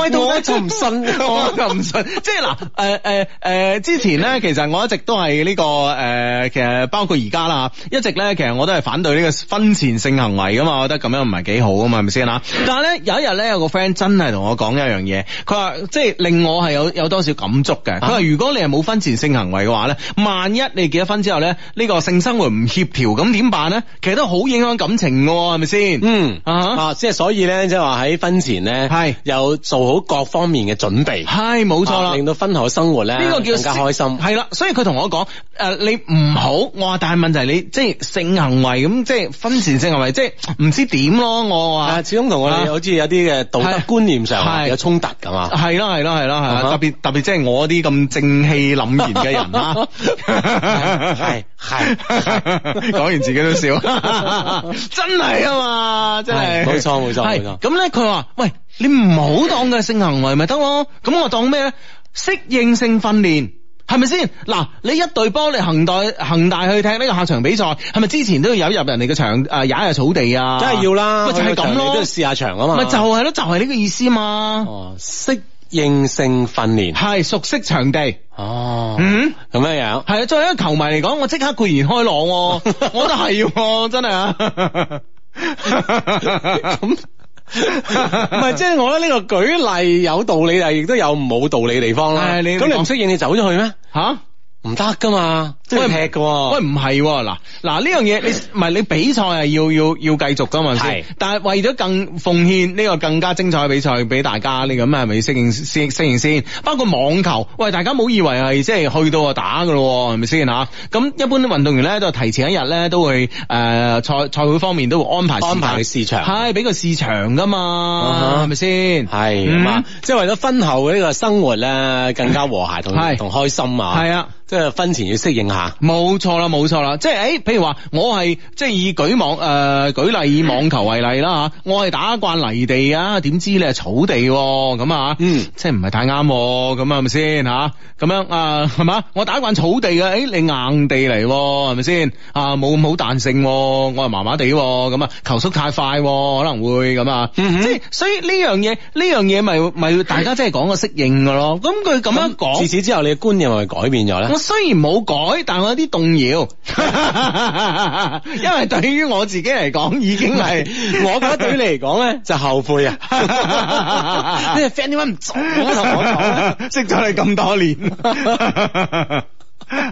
A: 喂，到
D: 我
A: 底
D: 就唔信
A: 我就唔信。即係嗱，誒誒誒，之前咧，其實我一直都係呢、個誒、其實包括而家啦，一直咧，其實我都係反對呢個婚前性行為噶嘛，我覺得咁樣唔係幾好啊嘛，係咪先啦？但係咧，有一日咧，有個 friend 真係同我講一樣嘢，佢話即係令我係有有多少感觸
D: 啊
A: 嘅。佢話如果你係冇婚前性行為嘅話咧，萬一你結咗婚之後咧，呢、個性生活唔協調，咁點辦咧？其實都好影響感情嘅喎，係咪先？
D: 嗯
A: 啊哈
D: 啊，即係所以咧，即係話喺婚前咧，
A: 係
D: 有做好各方面嘅準備，
A: 係冇錯啦。
D: 啊令到婚後生活咧
A: 呢個叫
D: 更加開心。
A: 係啦，所以佢同我講，誒、呃你唔好，我話但係問題係你即係性行為咁，即係婚前性行為，即係唔知點咯，我話
D: 啊，始終同我
A: 啊
D: 哋好似有啲嘅道德
A: 係
D: 觀念上
A: 係
D: 有衝突㗎嘛。
A: 係啦係啦係啦係啦，
D: 啊哈
A: 特別特別即係我啲咁正氣凛然嘅人啊啦，
D: 係係係
A: 講完自己都 笑，真係啊嘛，真係
D: 係冇錯冇錯
A: 係
D: 冇錯
A: 咁咧，佢話喂，你唔好當佢係性行為咪得咯，咁我當咩咧？適應性訓練。係咪先？嗱，你一隊波，你恒大恒大去踢呢個下場比賽，係咪之前都要有入人哋嘅場誒踩下草地啊？
D: 梗係要啦，
A: 咪就係
D: 去個場
A: 咁
D: 地
A: 咯
D: 都要，試下場啊嘛。
A: 咪就係咯，就係呢個意思嘛。
D: 哦，適應性訓練。
A: 係熟悉場地，
D: 哦，
A: 嗯，
D: 咁樣樣。
A: 係啊，作為一個球迷嚟講，我即刻豁然開朗 喎，我覺得係喎，真係啊，
D: 咁 唔係，即係我覺得呢個舉例有道理，但係亦都有冇道理嘅地方啦。
A: 係你
D: 咁你唔適應，你走咗去咩？
A: 吓？
D: 唔得噶嘛，即係
A: 喂
D: 踢㗎喎。
A: 喂，唔係喎嗱嗱呢樣嘢，你唔係你比賽係要要要繼續噶嘛先
D: 係，
A: 但係為咗更奉獻呢個更加精彩嘅比賽俾大家，你咁係咪適應適適應先？包括網球，喂大家唔好以為係即係去到就打噶咯喎，係咪先吓？咁一般運動員咧都係提前一日咧都會誒賽賽會方面都會安排時間
D: 安排佢試場
A: 係俾個試場噶嘛
D: 啊，哈
A: 係咪先？
D: 係
A: 嗯
D: 咁啊，即係為咗婚後嘅呢個生活咧更加和諧同
A: 係
D: 同開心啊。
A: 係啊。
D: 即係婚前要適應下。
A: 冇錯啦，冇錯啦，即係誒、欸譬如話我係即係以舉網誒、呃、舉例以網球為例啦吓，我係打慣泥地啊，點知你係草地喎咁啊，
D: 嗯，
A: 即係唔係太啱喎咁啊係咪先吓？咁樣啊係嘛？我打慣草地嘅，誒、欸你硬地嚟喎係咪先啊？冇咁好彈性喎，我係麻麻地喎咁啊，球速太快喎可能會咁啊，
D: 嗯哼
A: 即係所以呢樣嘢呢樣嘢咪咪要大家真係講個適應嘅咯，咁佢咁樣講嗯
D: 自。此之後，你嘅觀念係咪改變咗咧
A: 我？雖然冇改，但我有啲動搖， 因為對於我自己嚟講已經係
D: 我覺得對你嚟講咧， 就後悔啊！你係 friend 點解唔早同我講 咧？
A: 識咗你咁多 年。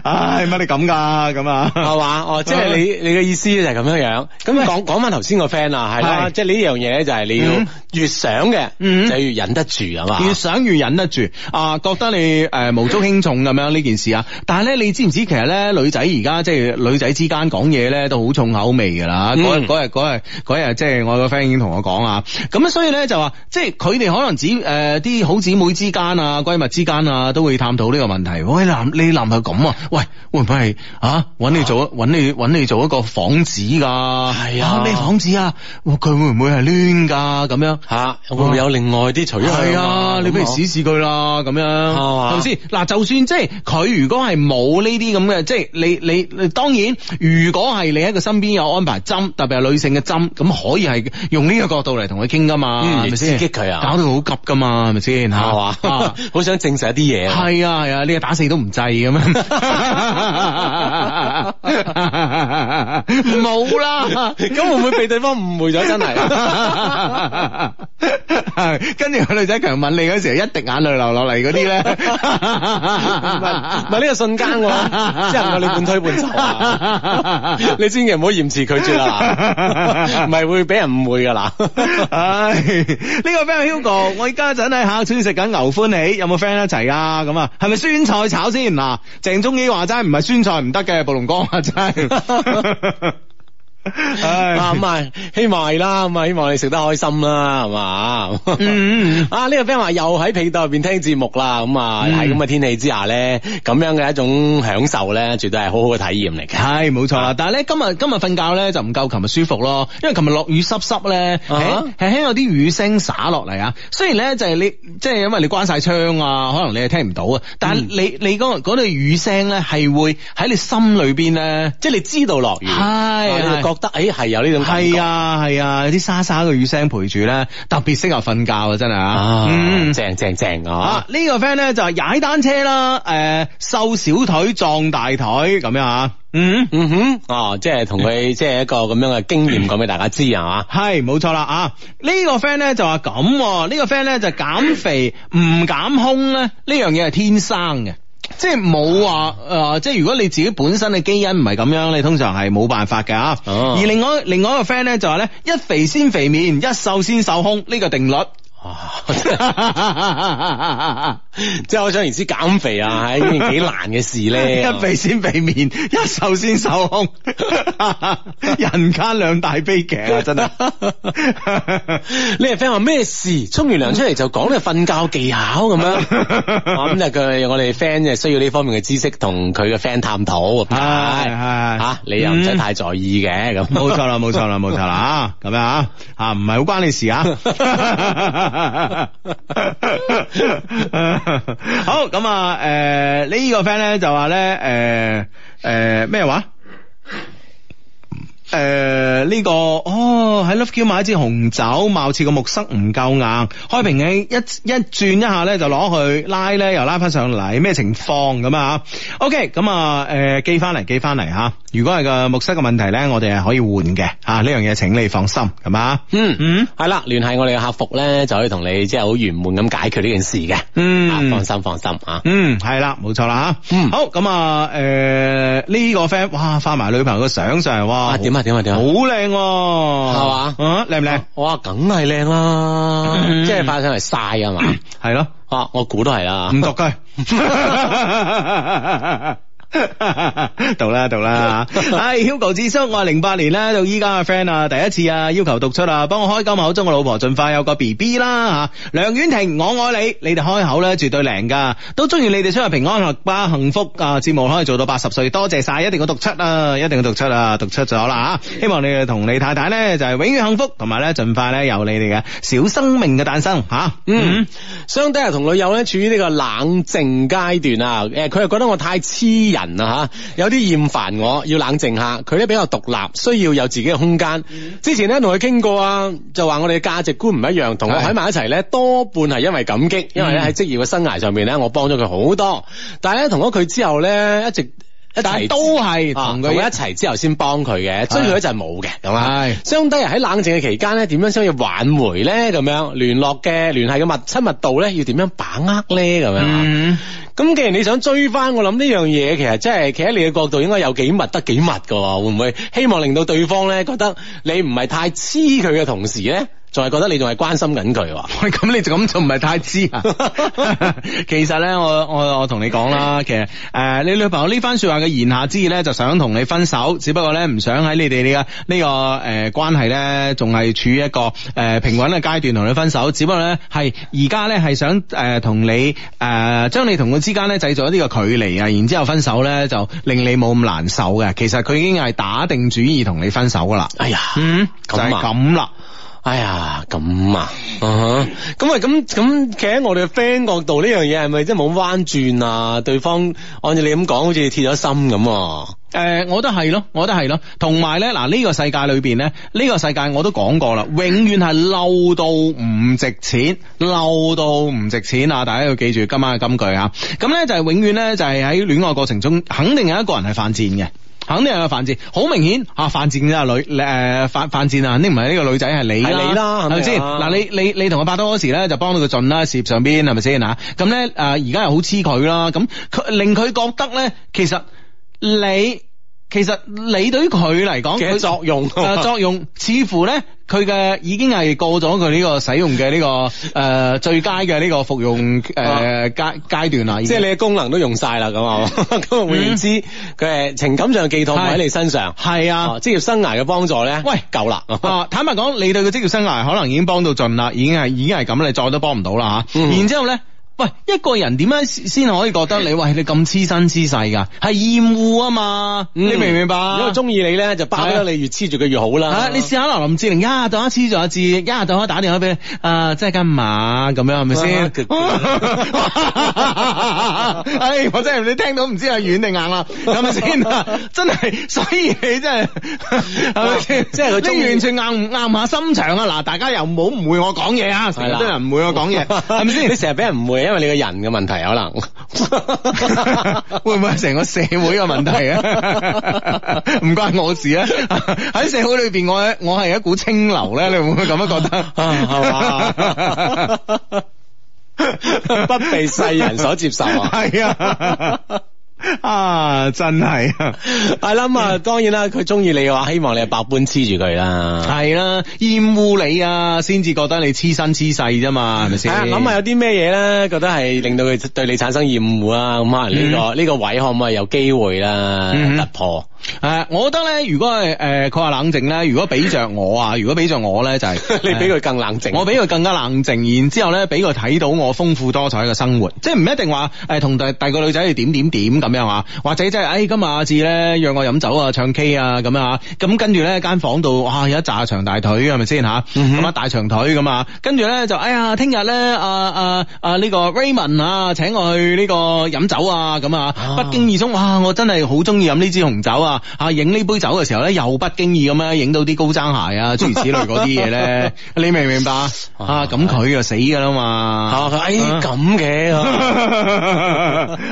A: 唉，乜你咁噶咁啊？
D: 係嘛？哦，即係你你嘅意思就係咁樣樣。咁講講翻頭先個 friend 啊啦，係啦，
A: 係
D: 即係呢樣嘢咧，就係你
A: 嗯
D: 要越想嘅，
A: 嗯
D: 就越忍得住啊嘛。
A: 越想越忍得住啊！覺得你誒、呃、無足輕重咁樣呢件事啊，但係咧你知唔知其實咧女仔而家即係女仔之間講嘢咧都好重口味㗎啦。嗰日
D: 嗯
A: 嗰日嗰日嗰日即係我個 friend 已經同我講啊，咁所以咧就話即係佢哋可能姊誒啲好姊妹之間啊、閨蜜之間啊都會探討呢個問題。喂男你男朋友咁啊？喂會唔會係啊揾你做揾你揾你做一個幌子㗎？係
D: 啊
A: 咩幌子啊？哇佢會唔會係攣㗎咁樣？
D: 吓，會唔會有另外啲取向？
A: 係啊，你不如試試佢啦，咁樣
D: 係嘛
A: 係咪先？嗱，就算即係佢如果係冇呢啲咁嘅，即係你你你當然，如果係你喺佢身邊有安排針，特別係女性嘅針，咁可以係用呢個角度嚟同佢傾噶嘛，
D: 嗯
A: 係咪先？
D: 刺激佢啊
A: 搞到佢好急噶嘛，係咪先？嚇
D: 係嘛
A: 啊，
D: 好想證實一啲嘢啊。
A: 係啊係啊，你係打死都唔制咁樣，冇啦。
D: 咁會唔會被對方誤會咗？真係。
A: 係跟住個女仔強吻你嗰時候，一滴眼淚流落嚟嗰啲咧，
D: 唔係唔係呢個瞬間喎，即係能夠你半推半就 啊！你千祈唔好嚴詞拒絕啦，嗱唔係會俾人誤會噶啦。
A: 唉，呢個 friend Hugo，我而家陣喺客村食緊牛歡喜，有冇 friend 一齊啊？咁啊，係咪酸菜炒先？嗱，鄭中基話齋唔係酸菜唔得嘅，暴龍哥話 齋。唉，
D: 啊咁啊，希望係啦，咁啊，希望你食得開心啦，係嘛？
A: 嗯嗯
D: 啊呢個 friend 話又喺被竇入邊聽節目啦，咁啊
A: 嗯
D: 喺咁嘅天氣之下咧，咁樣嘅一種享受咧，絕對係好好嘅體驗嚟嘅。
A: 係冇錯啦，但係咧今日今日瞓覺咧就唔夠琴日舒服咯，因為琴日落雨濕濕咧，
D: 啊哈
A: 輕輕有啲雨聲灑落嚟啊。雖然咧就係你即係因為你關晒窗啊，可能你係聽唔到啊，但係你你嗰嗰對雨聲咧係會喺你心裏邊咧。
D: 即係你知道落雨，
A: 係
D: 啊你
A: 係
D: 就覺得誒係有呢種感覺
A: 係啊係啊，有啲沙沙嘅雨聲陪住咧，特別適合瞓覺啊，真係啊
D: 啊，，
A: 嗯
D: 正正正
A: 啊
D: 啊！！
A: 呢個 friend 咧就係踩單車啦，誒，瘦小腿撞大腿咁樣啊，嗯。
D: 嗯哼，哦，即係同佢即係一個咁樣嘅經驗講俾大家知啊嘛。
A: 係冇錯啦啊！呢、個 friend 咧就話咁喎，呢、個 friend 咧就減肥唔減胸咧，呢樣嘢係天生嘅。即係冇話誒，即係如果你自己本身嘅基因唔係咁樣，你通常係冇辦法嘅啊。
D: 哦
A: 而另外另外一個 friend 咧就話咧，一肥先肥面，一瘦先瘦胸，呢、個定律。
D: 哇真係哦 即係可想而知減肥啊，係一件幾難嘅事咧。
A: 一肥先肥面，一瘦先瘦胸， 人間兩大悲劇啊！真係。
D: 你係 friend 話咩事？沖完涼出嚟就講你瞓覺技巧咁樣， 哦咁就佢我哋 friend 就需要呢方面嘅知識同佢嘅 friend 探討。
A: 係係係嗯
D: 吓啊你又唔使太在意嘅咁。
A: 冇錯啦，冇錯啦，冇錯啦啊！咁樣啊，啊唔係好關你事啊。 好咁啊，誒、呢、個 friend 咧就話咧，誒誒咩話？呃誒，呢、個哦喺 Love Q 買一支紅酒，貌似個木塞唔夠硬，開瓶器一一轉一下咧就攞去拉咧，又拉翻上嚟，咩情況咁啊？OK，咁啊誒寄翻嚟寄翻嚟吓，如果係個木塞嘅問題咧，我哋係可以換嘅吓，呢樣嘢請你放心，係嘛？
D: 嗯
A: 嗯
D: 系啦，聯繫我哋嘅客服咧，就可以同你即係好圓滿咁解決呢件事嘅。
A: 嗯
D: 啊放心放心啊。
A: 嗯，係啦，冇錯啦吓。
D: 嗯
A: 好咁啊，诶呢個 friend 哇發埋女朋友嘅相上嚟，哇
D: 啊點啊點啊點啊
A: 好靚喎，係
D: 嘛哦
A: 啊靚唔靚？
D: 哇，梗係靚啦，
A: 嗯
D: 即係發上嚟晒啊 嘛。
A: 係咯，
D: 啊，我估都係啦。
A: 唔讀佢。 讀啦讀 啦，唉，Hugo 智叔，我係零八年咧到依家嘅 friend 啊，第一次啊要求讀出啊，幫我開金口，祝我老婆盡快有個 B B 啦吓，梁婉婷，我愛你，你哋開口咧絕對靈噶，都中意你哋出入平安樂吧，幸福啊節目可以做到八十歲，多謝晒，一定要讀出啊，一定要讀出啊，讀出咗啦吓，希望你哋同你太太咧就係永遠幸福，同埋咧盡快咧有你哋嘅小生命嘅誕生吓，
D: 嗯，相低啊，同女友咧處於呢個冷靜階段啊，誒佢又覺得我太黐人啦嚇，有啲厭煩我，要冷靜下。佢咧比較獨立，需要有自己嘅空間。之前咧同佢傾過啊，就話我哋嘅價值觀唔一樣，同我喺埋一齊咧多半係因為感激，因為咧喺職業嘅生涯上面咧，我幫咗佢好多。但係咧同咗佢之後咧，一直一
A: 但
D: 齊
A: 係都係
D: 啊
A: 同
D: 同
A: 佢
D: 佢一齊之後先幫佢嘅，追佢嗰陣冇嘅，咁啊
A: 係。
D: 相低人喺冷靜嘅期間咧，點樣先可以挽回咧？咁樣聯絡嘅聯繫嘅密親密度咧，要點樣把握咧？
A: 嗯
D: 咁樣啊。咁既然你想追翻，我諗呢樣嘢其實真係企喺你嘅角度，應該有幾密得幾密噶喎，會唔會希望令到對方咧覺得你唔係太黐佢嘅同時咧，仲係覺得你仲係關心緊佢喎？
A: 喂，咁你就咁就唔係太知啊。 其實咧，我我我同你講啦，其實誒、呃你女朋友呢番説話嘅言下之意咧，就想同你分手，只不過咧唔想喺你哋呢個呢個誒、呃、關係咧，仲係處於一個誒、呃平穩嘅階段同你分手，只不過咧係而家咧係想誒同、你誒、呃、將你同佢之間咧製造一啲嘅距離啊，然之後分手咧就令你冇咁難受嘅。其實佢已經係打定主意同你分手噶啦。
D: 哎呀，
A: 嗯，就
D: 咁啊
A: 係咁啦。
D: 哎呀，咁啊，啊哈咁啊，咁咁，企喺我哋嘅 friend 角度呢樣嘢係咪真係冇彎轉啊？對方按照你咁講，好似鐵咗心咁喎。
A: 誒、呃我覺得係咯，我覺得係咯，同埋咧，嗱、呢個世界裏邊咧，呢、呢個世界我都講過啦，永遠係嬲到唔值錢，嬲到唔值錢啊！大家要記住今晚嘅金句啊！咁咧就係、永遠咧就係喺戀愛過程中，肯定有一個人係犯賤嘅。肯定係犯賤，好明顯啊！犯賤啊女誒犯犯賤啊，肯定唔係呢個女仔係你
D: 係你啦
A: 係咪先？
D: 肯定啊
A: 嗱你你你同佢拍拖嗰時咧，就幫到佢盡啦，事業上邊係咪先嚇？咁咧誒而家又好黐佢啦，咁佢令佢覺得咧，其實你其實你對於佢嚟講
D: 嘅
A: 佢
D: 作用
A: 誒作用似乎咧。佢嘅已經係過咗佢呢個使用嘅呢、個誒、呃最佳嘅呢個服用誒、呃階階段啦，已
D: 啊即
A: 經
D: 係你嘅功能都用晒啦，咁啊， 咁啊，換言之，佢係情感上嘅寄託唔
A: 嗯
D: 喺
A: 係
D: 你身上，
A: 係啊
D: 哦，職業生涯嘅幫助咧，
A: 喂
D: 夠啦，
A: 啊，坦白講，你對佢職業生涯可能已經幫到盡啦，已經係已經係咁，你再都幫唔到啦吓。
D: 嗯
A: 然之後咧。喂，一個人點樣先先可以覺得你喂你咁黐身黐世㗎？係厭惡啊嘛，
D: 嗯
A: 你明唔明白？
D: 如果中意你咧，就包得你越黐住佢越好
A: 啊
D: 啦！。
A: 你試下啦，林志玲一下到一黐咗一字，一下到一打電話俾你，啊，真係今晚咁樣係咪
D: 啊
A: 先
D: 佢？
A: 唉，哎我真係你聽到唔知係軟定硬啦，係咪 先啊？真係，所以你真係係咪先？
D: 即係佢中意
A: 你完全硬唔硬下心腸啊！嗱，大家又唔好誤會我講嘢啊，成日都有人誤會我講 嘢，係咪先。
D: 你？成日俾人誤會，啊因為你個人嘅問題可能
A: 會唔會係成個社會嘅問題啊？ 唔關我事啊！ 喺社會裏邊，我我係一股清流咧，你會唔會咁樣覺得？
D: 啊係嘛 不被世人所接受 啊
A: 係啊！ 啊，真 係啊！
D: 係啦，咁啊，當然啦，佢中意你嘅話，希望你係百般黐住佢啦。
A: 係啦，厭惡你啊，先至覺得你黐身黐世啫嘛，係咪
D: 係
A: 先？
D: 啊，諗下有啲咩嘢咧，覺得係令到佢對你產生厭惡啊，咁可能呢個呢個位可唔可以有機會啦
A: 嗯
D: 突 破？
A: 誒、啊我覺得咧，如果係誒，佢、話冷靜咧，如果俾着我啊，如果俾着我咧，就係、
D: 你比佢更冷靜，
A: 我比佢更加冷靜，然之後咧俾佢睇到我豐富多彩嘅生活，即係唔一定話誒同第第個女仔去點點點咁樣啊，或者即係誒今日阿志咧約我飲酒啊、唱 K 啊咁樣啊，咁跟住咧間房度哇有一紮長大腿係咪先吓？
D: 嗯
A: 咁啊大長腿咁啊，跟住咧就哎呀聽日咧啊啊啊呢個 Raymond 啊請我去呢個飲酒啊咁啊，不經意中哇我真係好中意飲呢支紅酒啊，啊影呢杯酒嘅時候咧又不經意咁樣影到啲高踭鞋啊諸如此類嗰啲嘢咧， 你明唔明白啊？啊，咁佢就死噶啦嘛。
D: 哦 啊，佢哎咁嘅。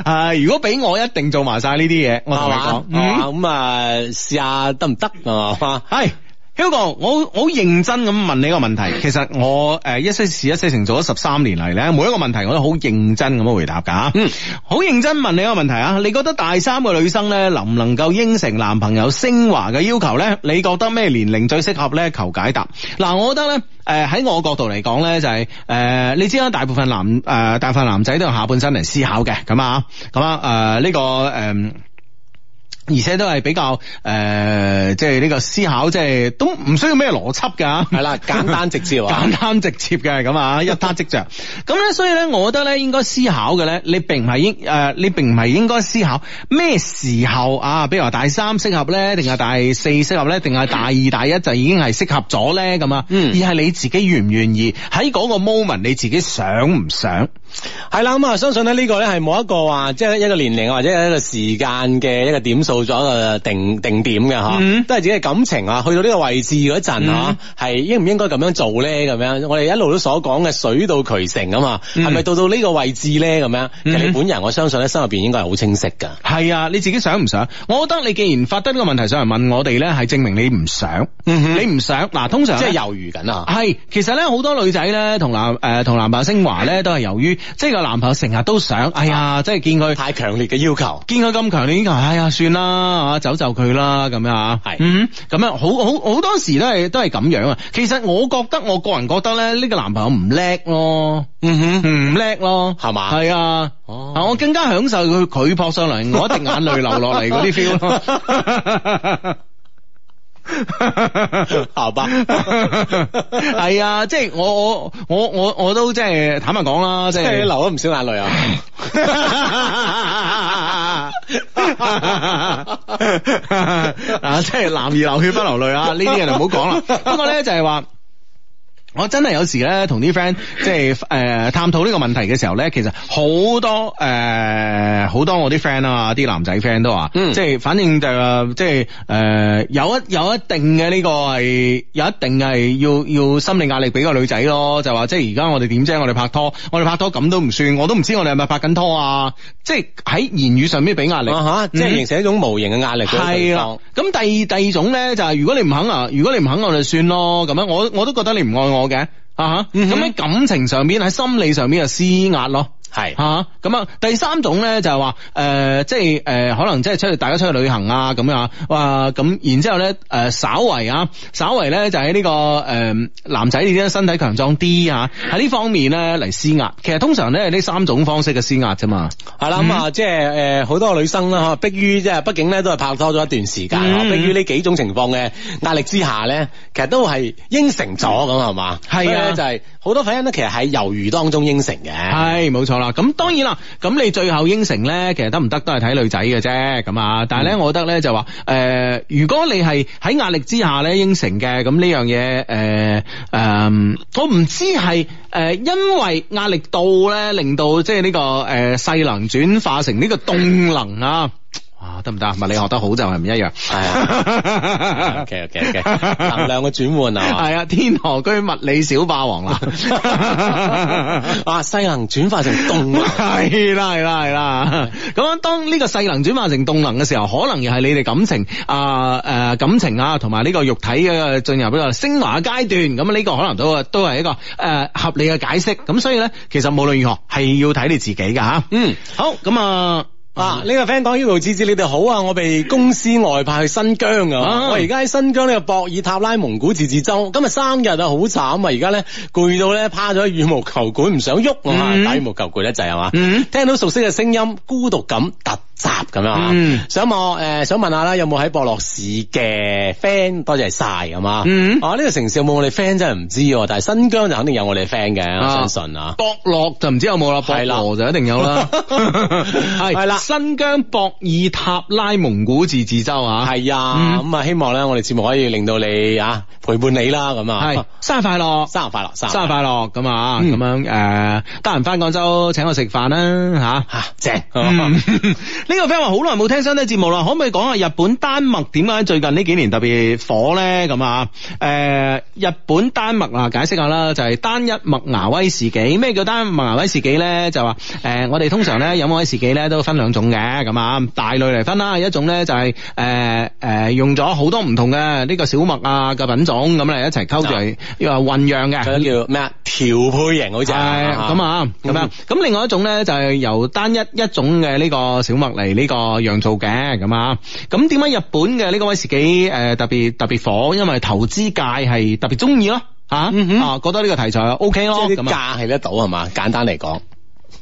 A: 啊！如果俾我一定定做埋晒呢啲嘢， 我同你
D: 係嘛
A: 講，
D: 係嘛
A: 嗯
D: 咁啊，試下得唔得哦係嘛？
A: 系。Hugo，我好我好認真咁問你一個問題。其實我诶、呃一些事一些情做咗十三年嚟咧，每一個問題我都好認真咁樣回答㗎。嗯，好認真問你一個問題啊！你覺得大三嘅女生咧，能唔能夠應承男朋友升華嘅要求咧？你覺得咩年齡最適合咧？求解答。嗱，我覺得咧。誒喺、我角度嚟講咧，就係、呃你知啦，大部分男誒、呃大部分男仔都用下半身嚟思考嘅，咁啊，咁啊誒呢個誒。而且都係比較誒，即係呢個思考，即係都唔需要咩邏輯㗎。
D: 係啦，簡單直接啊
A: 簡。單直接嘅咁啊，一撻即着。咁咧，所以咧，我覺得咧，應該思考嘅咧，你並唔係應誒、呃你並唔係應該思考咩時候啊，比如話大三適合咧，定係大四適合咧，定係大二大一就已經係適合咗咧咁啊。
D: 嗯
A: 而係你自己願唔願意喺嗰個 moment 你自己想唔想？
D: 係啦，咁啊，相信咧呢個咧係冇一個話，即係一個年齡啊或者一個時間嘅一個點數咗一個定定點嘅吓，
A: 嗯
D: 都係自己嘅感情啊，去到呢個位置嗰陣啊，係應唔應該咁樣做咧？咁樣，我哋一路都所講嘅水到渠成啊嘛，
A: 嗯
D: 係咪到到呢個位置咧？咁樣，其實你本人我相信咧心入邊應該係好清晰㗎。
A: 係啊，你自己想唔想？我覺得你既然發得呢個問題上嚟問我哋咧，係證明你唔想，你唔想。嗱，通常
D: 嗯即
A: 呢
D: 係猶豫緊啊！
A: 係，其實咧好多女仔咧同男誒同、男朋友升華咧，都係由於即係個男朋友成日都想，哎
D: 啊
A: 呀，即係見佢
D: 太強烈嘅要求，
A: 見佢咁強烈要求，哎呀，算啦嚇，走就佢啦咁樣嚇，
D: 係
A: 嗯，咁樣好好好多時都係都係咁樣啊。其實我覺得我個人覺得咧，呢、個男朋友唔叻咯，
D: 嗯，
A: 唔叻咯，
D: 係嘛
A: 係啊，
D: 哦
A: 啊我更加享受佢佢撲上嚟，我一定眼淚流落嚟嗰啲 feel 咯。
D: 好吧
A: 係啊，即係我我我我我都即係坦白講啦，即
D: 即係你
A: 係
D: 流咗唔少眼淚啊！
A: 啊，即係男兒流血不流淚啊！呢啲嘢就唔好講啦。不過咧就係話。我真係有時咧，同啲 friend 即係誒、呃探討呢個問題嘅時候咧，其實好多誒好、呃多我啲 friend 啊，啲男仔 friend 都話，
D: 嗯
A: 即係反正就係即係誒、呃有一有一定嘅呢個係有一定係要要心理壓力俾個女仔咯，就話即係而家我哋點啫，我哋拍拖，我哋拍拖咁都唔算，我都唔知我哋係咪拍緊拖啊！即係喺言語上面俾壓力，
D: 啊哈，即係
A: 嗯
D: 形成一種無形嘅壓力嘅
A: 係
D: 對
A: 啦
D: 方。，
A: 咁第二第二種咧就係、如果你唔肯啊，如果你唔肯我就算咯，咁樣我我都覺得你唔愛我嘅。啊哈！咁喺、感情上邊，喺心理上邊就施壓咯。啊
D: 係
A: 哈，咁啊，第三種咧就係話誒，即係誒、呃可能即係出去大家出去旅行啊咁樣啊，哇咁，然之後咧誒、呃稍為啊，稍為咧就喺呢、個誒、呃男仔你知啦身體強壯啲啊，喺呢方面咧嚟施壓。其實通常咧係呢三種方式嘅施壓啫嘛。
D: 係啦，咁啊，
A: 嗯
D: 即係誒好多女生啦，嚇，迫於即係畢竟咧都係拍拖咗一段時間，嚇
A: 嗯
D: 迫於呢幾種情況嘅壓力之下咧，其實都係應承咗咁係嘛？
A: 係啊
D: 所以咧就係好多 friend 咧，其實喺猶豫當中應承嘅。
A: 系冇錯啦，咁當然啦，咁你最後應承咧，其實得唔得都係睇女仔嘅啫，咁啊，但係咧，我覺得咧就話，诶、如果你係喺壓力之下咧應承嘅，咁呢樣嘢，诶、诶、我唔知係诶、誒因為壓力到咧，令到即係呢個诶勢能轉化成呢個動能啊。哇，得唔得？物理學得好就係唔一樣。
D: 係 啊，OK OK OK，能 量嘅轉換啊。
A: 係啊，天河居物理小霸王 啦。
D: 啊，勢能轉化成動能，
A: 系啦系啦系啦，咁样当呢個勢能轉化成動能嘅時候，可能又係你哋感情啊诶、呃感情啊，同埋呢個肉體嘅進入呢個升華嘅階段，咁呢個可能都都係一個诶、呃合理嘅解釋。咁所以咧，其實無論如何係要睇你自己㗎吓。
D: 嗯。
A: 好，咁啊。
D: 啊！呢、個 friend 講 Hugo 志志，你哋好啊！我被公司外派去新疆啊！
A: 啊
D: 我而家喺新疆呢個博爾塔拉蒙古自治州，今日三日啊，好慘啊！而家咧攰到咧趴咗喺羽毛球館，唔想喐啊嘛，
A: 嗯
D: 打羽毛球攰得滯係嘛？
A: 嗯
D: 聽到熟悉嘅聲音，孤獨感突襲咁樣啊！
A: 嗯
D: 想我誒、呃想問下啦，有冇喺博洛市嘅 friend？多謝晒咁啊！
A: 嗯
D: 啊呢、個城市有冇我哋 friend 真係唔知喎，但係新疆就肯定有我哋 friend 嘅，我
A: 啊
D: 相信啊！
A: 博樂就唔知有冇啦，博
D: 係啦
A: 羅就一定有 啦，係
D: 係啦
A: 新疆博爾塔拉蒙古自治州啊，
D: 係啊，
A: 嗯
D: 咁啊、希望咧，我哋節目可以令到你啊陪伴你啦，咁啊，
A: 係生日快樂。
D: 生日快樂，生日
A: 生日快樂咁啊，
D: 嗯
A: 咁樣誒，得閒翻廣州請我食飯啦
D: 啊
A: 嗯
D: 嚇正，
A: 吓。呢個 friend 話好耐冇聽新啲節目啦，可唔可以講下日本丹麥點解最近呢幾年特別火咧？咁啊，誒、日本丹麥啊，解釋下啦，就係、單一啊麥芽威士忌。咩叫單一麥芽威士忌咧？就話誒、我哋通常咧飲威士忌咧都分兩種嘅，咁啊，大類嚟分啦，一種咧就係誒誒用咗好多唔同嘅呢個小麥啊嘅品種咁嚟一齊溝住嚟呃混釀嘅。
D: 嗰種叫咩啊？調配型好似
A: 就係咁啊，咁樣
D: 嗯。
A: 咁另外一種咧就係由單一一種嘅呢個小麥嚟呢個釀造嘅咁啊。咁點解日本嘅呢個威士忌誒特別特別火？因為投資界係特別中意咯。吓
D: 嗯哼
A: 啊，覺得呢個題材 O K 咯，
D: 即係啲
A: 咁啊，
D: 價係得到係嘛？簡單嚟講，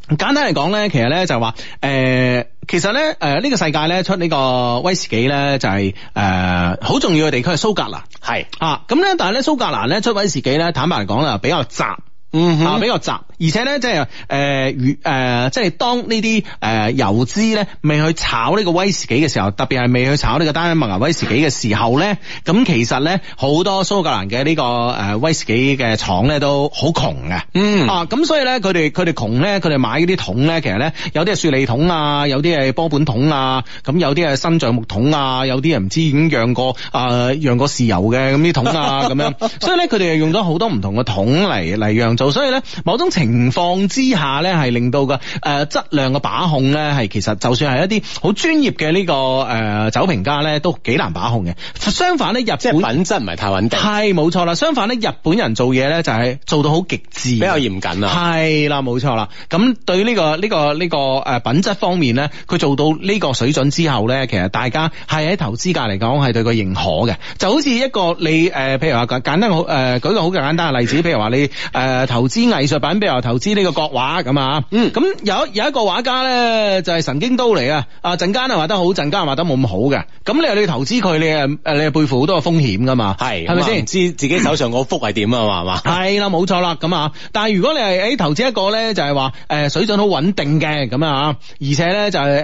A: 簡單嚟講咧，其實咧就係話，誒，其實咧，誒，呢個世界咧出呢個威士忌咧就係誒好重要嘅地區係蘇格蘭
D: 係
A: 啊，咁咧但係咧蘇格蘭咧出威士忌咧，坦白嚟講啦，比較雜。
D: 嗯
A: 啊，比較雜，而且咧即係誒如誒，即係當呢啲呃誒油脂咧未去炒呢個威士忌嘅時候，特別係未去炒呢個單一麥芽啊威士忌嘅時候咧，咁其實咧好多蘇格蘭嘅呢個誒威士忌嘅廠咧都好窮嘅。
D: 嗯
A: 啊，咁所以咧，佢哋佢哋窮咧，佢哋買嗰啲桶咧，其實咧有啲係雪梨桶啊，有啲係波本桶啊，咁有啲係新橡木桶啊，有啲人唔知已經釀過啊、釀過豉油嘅咁啲桶啊，咁 樣，所以咧佢哋係用咗好多唔同嘅桶嚟嚟釀造，所以咧某種情況之下咧係令到個誒、呃、質量嘅把控咧係其實就算係一啲好專業嘅呢、個誒、呃酒評家咧都幾難把控嘅，相反咧日
D: 即係
A: 本。
D: 品質唔係太穩定，
A: 係冇錯啦，相反咧，日本人做嘢咧就係做到好極致，
D: 比較嚴謹啊。
A: 係啦，冇錯啦。咁對呢、個呢、個呢、個誒品質方面咧，佢做到呢個水準之後咧，其實大家係喺投資界嚟講係對佢認可嘅。就好似一個你誒、呃譬如話簡簡單好誒、呃，舉個好簡單嘅例子，譬如話你誒、呃投資藝術品，譬如話投資呢個國畫咁啊。
D: 嗯
A: 咁有有一個畫家咧，就係、神經刀嚟啊！啊陣間啊畫得好，陣間啊畫得冇咁好嘅。咁你又你投資佢，你誒誒你係背負好多嘅風險噶嘛？
D: 係
A: 係咪
D: 咁啊
A: 先
D: 唔？知自己手上嗰幅係點啊嘛，係嘛？
A: 係啦，冇錯啦，咁啊，但係如果你係誒投資一個咧，就係話誒水準好穩定嘅咁啊，而且咧就係誒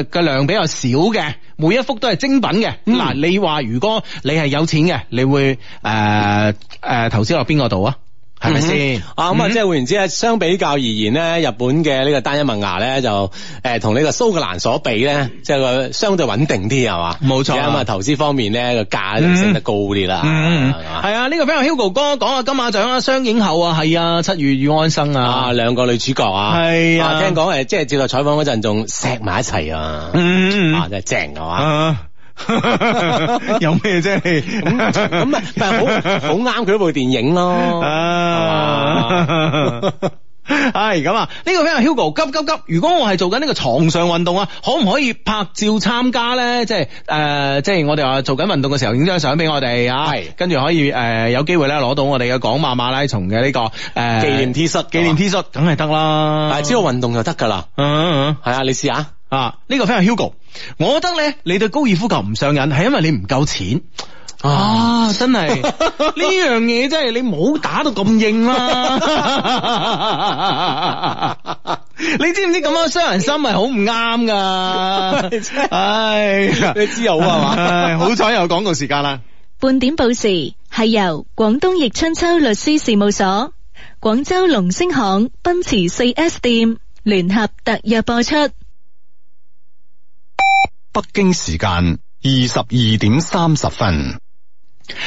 A: 誒嘅量比較少嘅，每一幅都係精品嘅。嗱、你話如果你係有錢嘅，你會誒誒、投資落邊個度啊？係咪先
D: 嗯？啊，咁啊，即係換言之咧，相比較而言咧，日本嘅呢個單一麥芽咧，就誒同呢個蘇格蘭所比咧，即係個相對穩定啲係嘛？
A: 冇錯啊
D: 咁啊，投資方面咧個價就升得高啲啦，
A: 嗯，
D: 係嘛
A: 係啊，呢個 friend Hugo 哥講下金馬獎啊，雙影后啊，係啊，七月與安生
D: 啊，
A: 啊，
D: 兩個女主角啊，
A: 係啊
D: 聽講誒，即係接受採訪嗰陣仲錫埋一齊啊，
A: 嗯
D: 啊，真係正係嘛？
A: 啊， 有咩啫？
D: 咁啊咁咪 咪好好啱佢部電影咯，
A: 啊。係咁啊！呢、個 friend 話 Hugo 急急急！如果我係做緊呢個床上運動啊，可唔可以拍照參加咧？即係誒、呃即係我哋話做緊運動嘅時候影張相俾我哋啊，
D: 係
A: 跟住可以誒、呃有機會咧攞到我哋嘅港馬馬拉松嘅呢、個誒、呃
D: 紀念 T 恤
A: 紀念 T 恤梗係得啦。
D: 啊，只要運動就得㗎啦，
A: 嗯嗯
D: 係啊，你試下。
A: 嗯啊，呢、個 friend 係 Hugo，我覺得咧你對高爾夫球唔上癮係因為你唔夠錢。啊！真係呢樣嘢真係你冇打到咁硬啦，你知唔知咁樣傷人心係好唔啱噶？唉，
D: 你知好啊嘛
A: 唉好彩有廣告時間啦。
E: 半點報時係由廣東易春秋律師事務所、廣州龍星行奔馳 4S 店聯合特約播出。
F: 北京時間二十二點三十分。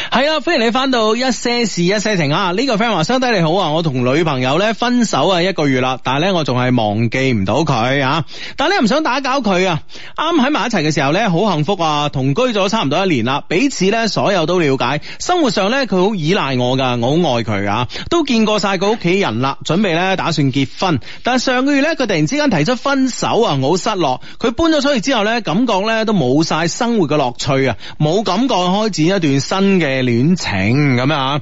A: 係啊，歡迎你翻到一些事一些情啊！呢、個 friend 話：相低你好啊，我同女朋友咧分手啊一個月啦，但係咧我仲係忘記唔到佢啊，但係咧唔想打攪佢啊。啱喺埋一齊嘅時候咧，好幸福啊，同居咗差唔多一年啦，彼此咧所有都了解，生活上咧佢好依賴我噶，我好愛佢啊，都見過晒佢屋企人啦，準備咧打算結婚，但係上個月咧佢突然之間提出分手啊，我好失落。佢搬咗出去之後咧，感覺咧都冇晒生活嘅樂趣啊，冇感覺開展一段新嘅戀情咁啊。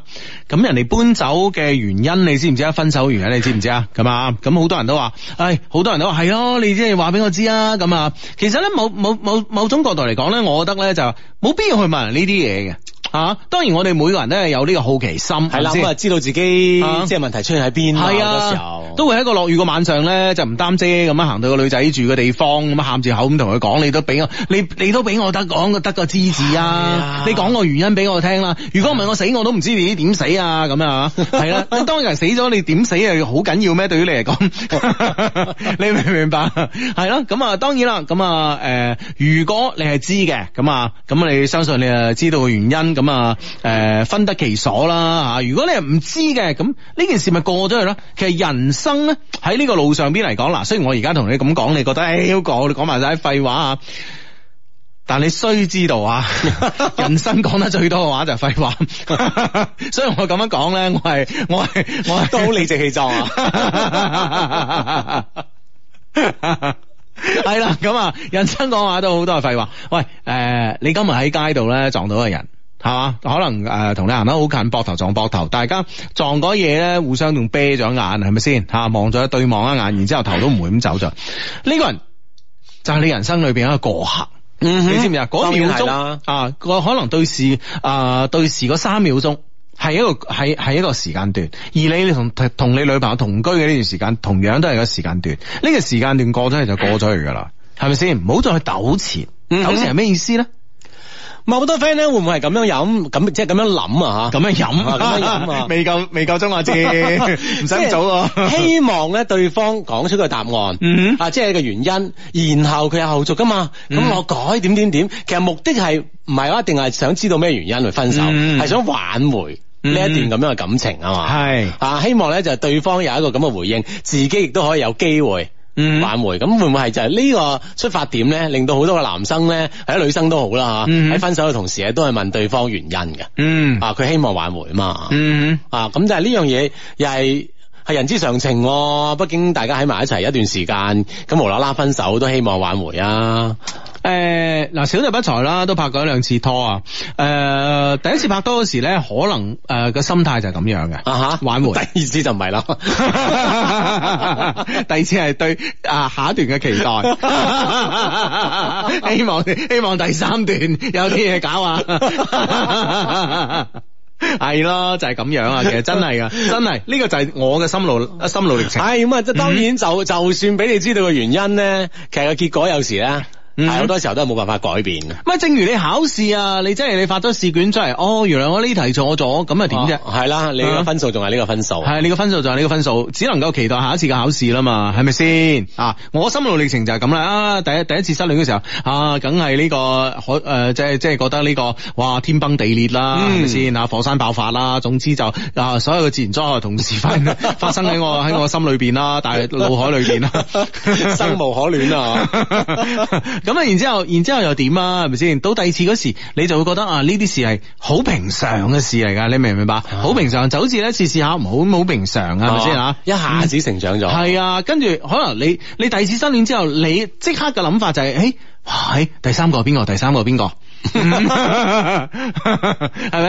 A: 咁人哋搬走嘅原因你知唔知啊？分手原因你知唔知啊？咁啊，咁好多人都話，唉，好多人都話係咯，你即係話俾我知啊。咁啊，其實咧某某某某種角度嚟講咧，我覺得咧就冇必要去問人呢啲嘢嘅。啊，當然我哋每個人都係有呢個好奇心，
D: 係啦，
A: 係咪
D: 咁
A: 先
D: 啊知道自己
A: 啊
D: 即係問題出現喺邊啊，
A: 係
D: 好多時
A: 啊
D: 候，
A: 都會喺一個落雨嘅晚上咧，就唔擔遮咁樣行到個女仔住嘅地方，咁樣啊喊住口咁同佢講，你都俾我，你你都俾我得講個得個知字啊
D: 啊！
A: 你講個原因俾我聽啦。如果唔係我死我都唔知你點死啊！咁啊，係啦。咁當人死咗，你點死啊係好緊要咩？對於你嚟講， 你明唔明白？係咯，咁啊，當然啦，咁啊，誒、如果你係知嘅，咁啊，咁你相信你啊知道嘅原因，咁啊，誒、分得其所啦嚇。如果你係唔知嘅，咁呢件事咪過咗去咯。其實人生咧喺呢個路上邊嚟講，嗱，雖然我而家同你咁講，你覺得誒 Hugo 你講埋晒啲廢話啊。但你須知道 啊，人生講得最多嘅話就係 廢話，所以我咁樣講咧，我係我係我係
D: 都好理直氣壯啊。
A: 系啦，咁啊，人生講話都好多係廢話。喂，诶、你今日喺街度咧撞到嘅人。係嘛？可能诶同、你行得好近，膊頭撞膊頭，大家撞嗰嘢咧，互相仲啤咗一眼，係咪先？吓望咗對望一眼，然之后頭都唔會咁走咗。呢、個人就係你人生裏边一個過客。
D: 嗯哼
A: 你知唔知啊？嗰
D: 當然
A: 秒
D: 係
A: 鐘
D: 啦
A: 啊，個可能對視啊、對視嗰三秒鐘。係一個係係一個時間段，而你同同你女朋友同居嘅呢段時間，同樣都係個時間段。呢、個時間段過咗去就過咗去㗎啦，係咪先？唔好再去糾纏，
D: 嗯
A: 糾
D: 哼
A: 纏係咩意思咧？
D: 唔係好多 friend 咧，會唔會係咁樣飲？咁即係咁樣諗啊嚇？
A: 咁樣飲，
D: 啊咁樣飲啊
A: 未夠未夠鐘 啊，姐，唔使咁早啊。
D: 希望咧對方講出個答案，
A: 嗯
D: 啊，即係個原因，然後佢有後續噶嘛。咁、
A: 嗯
D: 我改點點點，其實目的係唔係話一定係想知道咩原因去分手，係、
A: 嗯
D: 想挽回。呢一段咁樣嘅感情啊嘛，
A: 係
D: 啊，希望咧就係對方有一個咁嘅回應，自己亦都可以有機會
A: 嗯
D: 挽回。咁、會唔會係就係呢個出發點咧，令到好多嘅男生咧，或者女生都好啦嚇，
A: 嗯
D: 喺、分手嘅同時咧，都係問對方原因嘅。
A: 嗯
D: 啊，佢希望挽回啊嘛。
A: 嗯
D: 啊，咁就係呢樣嘢又係。係人之常情喎、畢竟大家喺埋一齊一段時間，咁無啦啦分手都希望挽回啊！
A: 誒呃嗱、小弟不才啦，都拍過一兩次拖啊。誒、第一次拍拖嗰時咧，可能誒個、心態就係咁樣嘅，
D: 啊吓，
A: 挽回
D: 第。 二次就唔係啦，
A: 第二次係對啊下一段嘅期 待，希望希望第三段有啲嘢搞啊。 係咯，就係、咁樣啊！其實真係噶，真係呢、個就係我嘅心路心路歷程。
D: 係咁啊！即係當
A: 嗯
D: 然就就算俾你知道個原因咧，其實個結果有時咧
A: 嗯
D: 係好多時候都係冇辦法改變嘅。
A: 咪啊正如你考試啊，你真係你發咗試卷出嚟，哦，原來我呢題錯咗，咁啊點啫？
D: 啊係啦，你
A: 啊
D: 個分數仲係呢個分數。啊
A: 係你個分數就係你個分數，只能夠期待下一次嘅考試啦嘛，係咪先？啊，我心路歷程就係咁啦。啊，第一第一次失戀嘅時候，啊，梗係呢個可誒，即係即係覺得呢、個哇天崩地裂啦，
D: 嗯
A: 係咪先？啊，火山爆發啦，總之就啊，所有嘅自然災害同時發發生喺我喺我心裏邊啦，但係腦海裏邊啦，
D: 生無可戀 啊！
A: 咁啊，然之後，然之後又點啊？係咪先？到第二次嗰時，你就會覺得啊，呢啲事係好平常嘅事嚟㗎，你明唔明白？
D: 啊
A: 好平常，就好似咧試試下唔好咁好平常啊，係咪先
D: 啊
A: 嚇？
D: 一下子成長咗。
A: 係啊，跟住可能你你第二次失戀之後，你即刻嘅諗法就係、誒，哇係第三個係邊個？第三個係邊 個？係咪？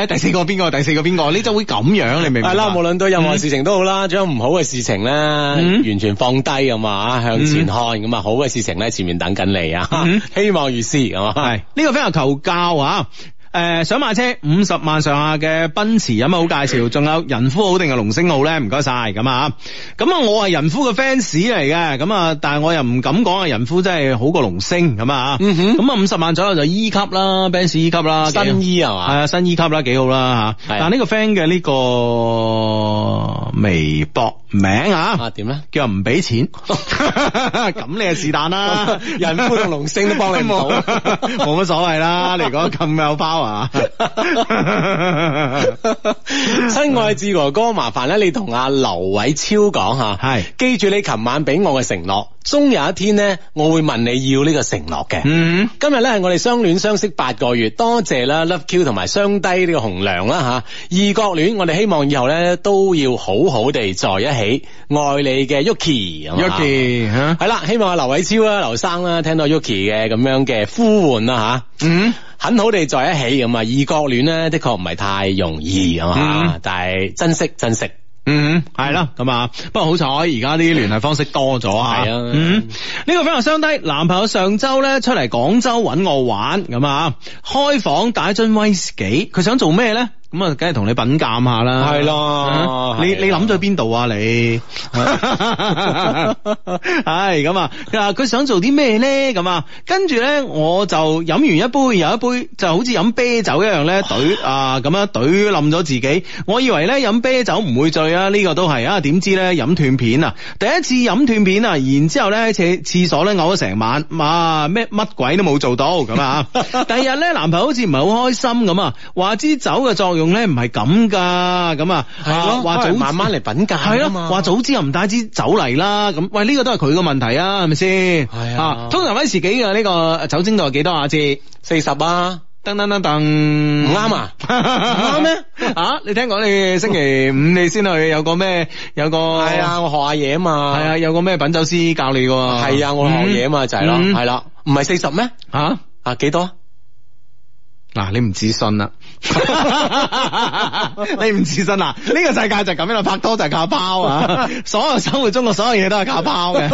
A: 第四個係邊個？第四個係邊個？你就會咁樣，你明唔明白？
D: 係啦，無論對任何事情都好啦，將唔好嘅事情咧，
A: 嗯
D: 完全放低咁啊，向前看咁啊，好嘅事情咧，前面等緊你啊
A: 嗯，
D: 希望如是咁啊
A: 系。呢個 friend 又求教啊！诶、想買車五十萬上下嘅奔馳有乜好介紹？仲有仁孚好定係龍星好咧？唔該晒咁啊！咁啊，我係仁孚嘅 fans 嚟嘅，咁啊，但係我又唔敢講啊，仁孚真係好過龍星咁啊！
D: 嗯哼
A: 咁啊，五十萬左右就 E 級啦，Benz E 級啦，幾
D: 新衣係
A: 係
D: 嘛？啊
A: 啊，新 E 級啦，幾好啦吓。
D: 係
A: 但呢個 friend 嘅呢個微博名啊，
D: 啊點咧？
A: 叫人唔俾錢，咁你就是但啦，
D: 人夫同龍星都幫你唔到
A: 冇， 冇乜所謂 啦。你講咁有 power，
D: 親愛志哥哥，麻煩咧，你同阿劉偉超講下，
A: 係
D: 記住你琴晚俾我嘅承諾，終有一天咧，我會問你要呢個承諾嘅。
A: 嗯，
D: 今日咧係我哋相戀相識八個月，多謝啦 Love Q 同埋雙低呢個紅娘啦吓，異國戀我哋希望以後咧都要好好地在一起，愛你嘅 Yuki 係嘛
A: Yuki 吓，
D: 係啦，希望阿劉偉超啦、啊劉生啦聽到 Yuki 嘅咁樣嘅呼喚啦
A: 嗯
D: 吓，很好地在啊一起咁啊，異國戀咧的確唔係太容易係嘛，但係珍惜珍惜。
A: 嗯，系啦，咁啊，不過好彩而家啲聯繫方式多咗啊。
D: 係啊
A: 嗯，呢個 friend 話相低，男朋友上周咧出嚟廣州揾我玩，咁啊，開房打一樽威士忌，佢想做咩咧？咁啊，梗係同你品鑑下啦。
D: 係咯
A: 啊你
D: 係啊
A: 你諗咗邊度啊？你 係咁啊，佢話佢想做啲咩咧？咁啊，跟住咧我就飲完一杯又一杯，就好似飲啤酒一樣咧，懟啊咁樣懟冧咗自己。我以為咧飲啤酒唔會醉啊，呢、個都係啊，點知咧飲斷片啊！第一次飲斷片啊，然之後咧喺廁廁所咧嘔咗成晚，啊咩乜鬼都冇做到咁啊！第二日咧男朋友好似唔係好開心咁啊，話支酒嘅作用咧唔係咁噶，咁啊
D: 係
A: 啊
D: 咯，
A: 話
D: 可
A: 早
D: 能慢慢嚟品鑑
A: 係
D: 啊
A: 咯，
D: 嘛
A: 話早知又唔帶支酒嚟啦，咁喂呢個都係佢個問題啊，係咪先？
D: 係啊
A: 通常威士忌嘅呢個酒精度係幾多啊？知？
D: 四十啊，
A: 噔噔噔噔，
D: 唔
A: 唔
D: 啱啊
A: 唔啱咩？ 啊，你聽講你星期五你先去有個咩？有個
D: 係啊，，我學下嘢啊嘛，
A: 係啊，有個咩品酒師教你㗎喎？
D: 係啊，我學嘢啊嘛，就係咯，
A: 嗯
D: 係啦，唔係四十咩？
A: 啊。
D: 啊，幾多？
A: 嗱，你唔自信啦，你唔自信啊啦，呢、個世界就係咁樣啦，拍拖就係靠包啊，所有生活中嘅所有嘢都係靠包嘅，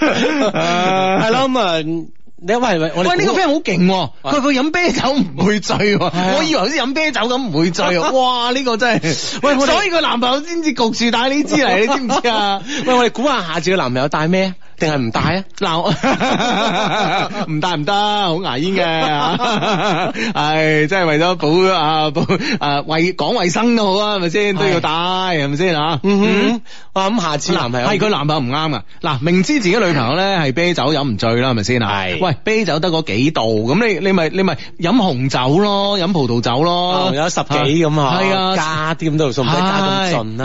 D: 係
A: 係
D: 咯，。咁啊，你喂喂，我哋
A: 喂，呢個
D: 估
A: friend 好勁喎，佢佢飲啤酒唔會醉
D: 啊
A: 喎，我以為好似飲啤酒咁唔會醉喎，哇！呢個真係，
D: 喂我哋
A: 所以佢男朋友先至焗住帶呢支嚟，你知唔知啊？
D: 喂，我哋估下下次嘅男朋友帶咩啊？定係唔帶啊？
A: 嗱，我 唔得唔得，好牙 煙嘅，係真係為咗保啊保啊衛講衛生都好啊，係咪先都要帶，係咪先啊？
D: 嗯哼，哇，咁下次男朋友
A: 係佢男朋友唔啱啊！嗱，明知自己女朋友咧係啤酒飲唔醉啦，係咪先啊？
D: 係
A: 喂，啤酒得嗰幾度，咁你你咪你咪飲紅酒咯，飲葡萄酒咯，
D: 哦有十幾咁啊，
A: 係啊，
D: 加啲咁多數，唔使加咁盡
A: 係
D: 啦。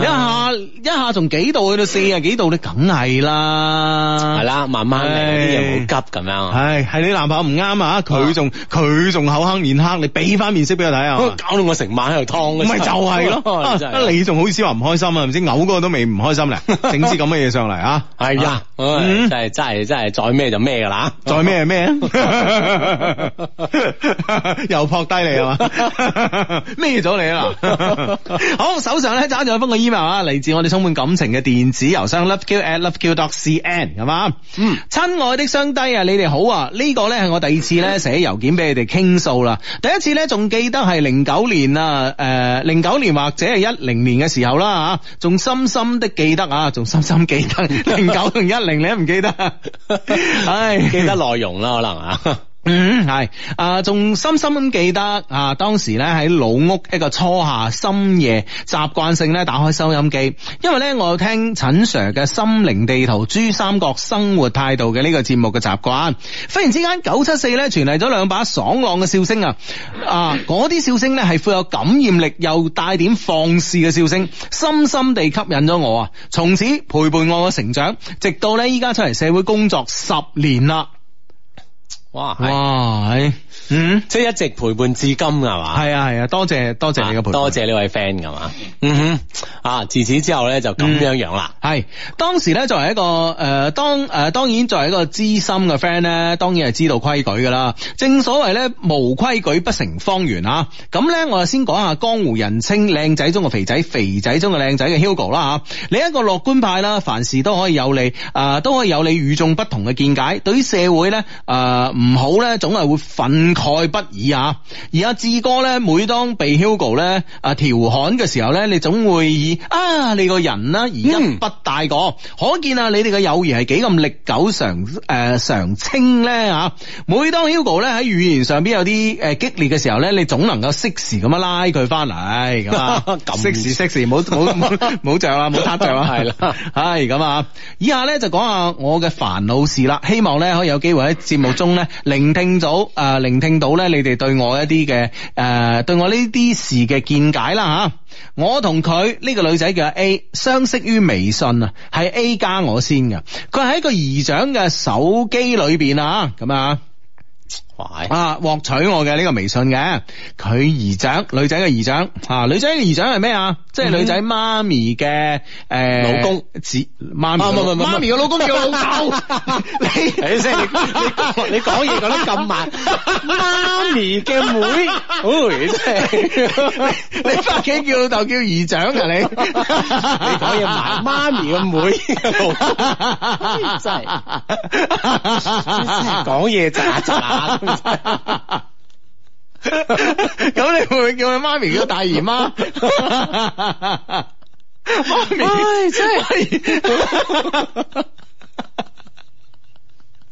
A: 一下一下從幾度去到四啊幾度，你梗係啦，
D: 係啦，慢慢嚟，
A: 唉
D: 啲嘢唔好急咁樣啊。
A: 唉，係你男朋友唔啱啊！佢仲佢仲口黑面黑，你俾翻面色俾佢睇啊！
D: 搞到我成晚喺度劏嘅，
A: 咪就係 咯，
D: 真
A: 啊
D: 係
A: 你仲好意思話唔開心啊？係咪先？嘔嗰個都未唔開心咧，整支咁嘅嘢上嚟啊！
D: 係呀，唉真
A: 嗯
D: 係真係真係再咩就咩噶啦，
A: 再咩咩啊？ 又撲低你係嘛？ 咩咗你 啦？好，手上咧揸住一封嘅 email 啊，嚟自我哋充滿感情嘅電子郵箱 loveq at loveq dot cn 係嘛？嗯，親愛的雙低啊，你哋好啊！呢個咧係我第二次咧寫郵件俾你哋傾訴啦。第一次咧仲記得係零九年啊，誒零九年或者係一零年嘅時候啦嚇，仲深深的記得啊，仲深深記得零九同一零你都唔記 得，唉，
D: 記 得內容啦，可能啊。
A: 嗯，係啊，仲深深咁記得啊，當時咧喺老屋一個初夏深夜，習慣性咧打開收音機，因為咧我有聽陳 Sir 嘅《心靈地圖：珠三角生活態度》嘅呢個節目嘅習慣。忽然之間，九七四咧傳嚟咗兩把爽朗嘅笑聲啊！啊，嗰啲笑聲咧係富有感染力又帶點放肆嘅笑聲，深深地吸引咗我啊！從此陪伴我嘅成長，直到咧依家出嚟社會工作十年啦。
D: 哇，係
A: 哇，係嗯，
D: 即係一直陪伴至今係嘛？
A: 係啊係啊，多謝多謝你嘅陪伴。
D: 多謝呢位 friend 㗎嘛？嗯哼，啊，自此之後咧就咁
A: 嗯
D: 樣樣啦。
A: 係當時咧，作為一個誒、呃、當誒、呃、當然作為一個資深嘅 friend 咧，當然係知道規矩噶啦。正所謂咧，無規矩不成方圓啊。咁咧，我就先講下江湖人稱靚仔中嘅肥仔、肥仔中嘅靚仔嘅 Hugo 啦嚇。你一個樂觀派啦，凡事都可以有你啊、都可以有你與眾不同嘅見解。對於社會咧誒唔好咧，總係會憤慨不已啊。而阿志哥咧，每當被 Hugo 咧啊調侃嘅時候咧，你總會以啊你個人啦而一不大過，可見啊你哋嘅友誼係幾咁歷久常誒、呃常青咧嚇。每當 Hugo 咧喺語言上邊有啲誒激烈嘅時候咧，你總能夠適時咁樣拉佢翻嚟咁啊
D: 咁
A: 適時適時，冇冇冇冇着啦，冇撻着啊啦，
D: 係啦。
A: 係咁啊！以下咧就講下我嘅煩惱事啦，希望咧可以有機會喺節目中咧聆聽到誒、呃聆聽到咧你哋對我一啲嘅誒對我呢啲事嘅見解啦吓。我同佢呢個女仔叫 A，相識於微信啊，係 A 加我先嘅，佢係喺個姨丈嘅手機裏邊啊，咁啊。
D: 哇！
A: 啊，獲取我嘅呢個微信嘅，佢姨丈，女仔嘅姨丈，啊，女仔嘅姨丈係咩啊？即係女仔媽咪嘅誒
D: 嗯老公，
A: 子媽咪
D: 啊唔唔唔唔
A: 媽咪嘅老公叫老豆，
C: 哎
A: 你
D: 你先，你你講你講嘢講得咁慢，媽咪嘅 妹，哦，你真係
A: 你翻屋企叫老豆叫姨丈啊你，你
D: 你講嘢慢，媽咪嘅妹，真係講嘢渣渣，
A: 咁你會唔會叫佢媽咪叫大姨 媽？媽咪，
D: 唉真
A: 係。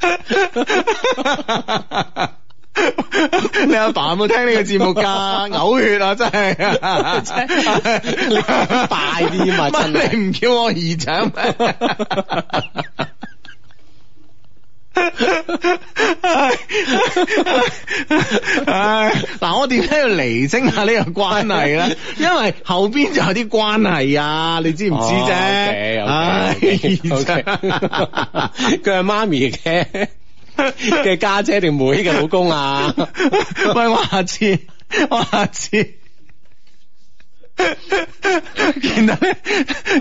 A: 你阿爸有冇聽呢個節目㗎？嘔血啊！真係，
D: 你大啲嘛真係
A: 乜 你唔叫我姨丈咩？ 唉，嗱，我點解要厘清下呢個關係咧？因為後邊就有啲關係啊，你知唔知啫？
D: 哦
A: 唉
D: ，OK，佢係媽咪嘅嘅家姐定妹嘅老公啊？
A: 喂，我下次， 我下次。見到咧，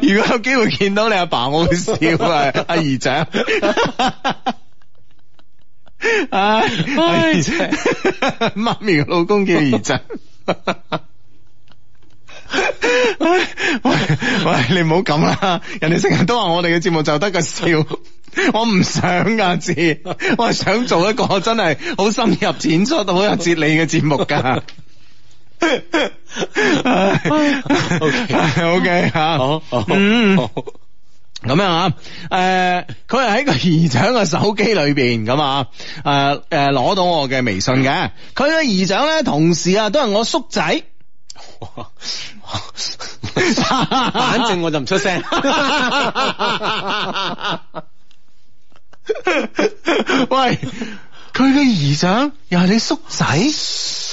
A: 如果有機會見到你阿爸，我會笑啊，阿姨丈。唉，唉， 媽咪嘅老公叫姨丈。 喂喂，你唔好咁啦！人哋成日都話我哋嘅節目就得個笑， 我唔想噶字，我係想做一個真係好深入淺出、好有哲理嘅節目 噶。O K 吓，
D: 好好
A: 嗯
D: 好
A: 咁樣啊，誒、佢係喺個姨丈嘅手機裏邊咁啊，誒誒攞到我嘅微信嘅，佢嘅姨丈咧同時啊都係我叔仔，
D: 反正我就唔出聲。
A: 喂，佢嘅姨丈又係你叔仔，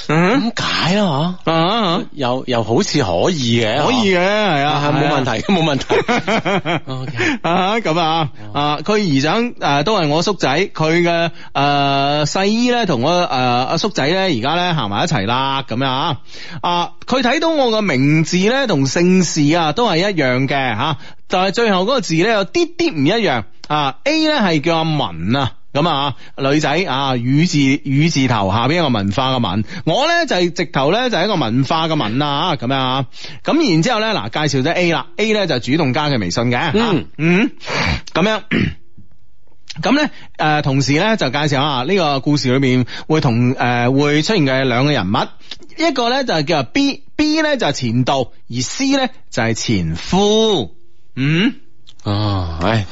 A: 嗯
D: 點解啦？
A: 啊啊
D: 嗬，又又好似可以嘅，
A: 可以嘅，係
D: 嗬，
A: 啊，
D: 啊冇問題，冇問題。 哦
A: OK 啊咁啊啊！佢姨丈誒都係我叔仔，佢嘅誒細姨咧同我誒阿叔仔咧而家咧行埋一齊啦咁樣啊！啊佢睇到我嘅名字咧同姓氏啊都係一樣嘅吓、啊但係最後嗰個字咧有啲啲唔一樣啊！A 咧係叫阿文啊。咁啊，女仔啊，雨字雨字頭下邊一個文化嘅文，我咧就係、直頭咧就係、一個文化嘅文啊，咁樣啊，咁然之後咧嗱，介紹咗 A 啦，A 咧就係主動加佢微信嘅，
D: 嗯
A: 啊嗯，咁樣。咁咧，誒、同時咧就介紹下呢個故事裏面會同誒、會出現嘅兩個人物，一個咧就係叫做 B，B 咧就係前度，而 C 咧就係前夫，嗯。
D: 啊，唉，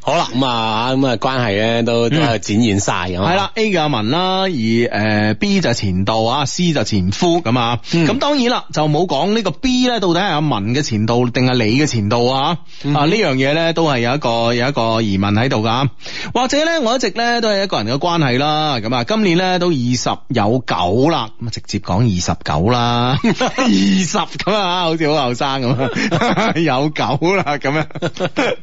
D: 好啦，咁啊，咁啊，關係咧都都係展現晒咁啊。
A: 系嗯啦，A 嘅阿文啦，而誒、呃 B 就前度啊，C 就前夫咁啊。
D: 嗯
A: 咁、當然啦，就冇講呢個 B 咧，到底係阿文嘅前度定係你嘅前度啊？
D: 嗯
A: 啊呢樣嘢咧，都係有一個有一個疑問喺度噶。或者咧，我一直咧都係一個人嘅關係啦。咁啊，今年咧都二十有九啦，咁啊直接講二十九 啦，二十咁啊，好似好後生咁啊， 有九啦咁樣。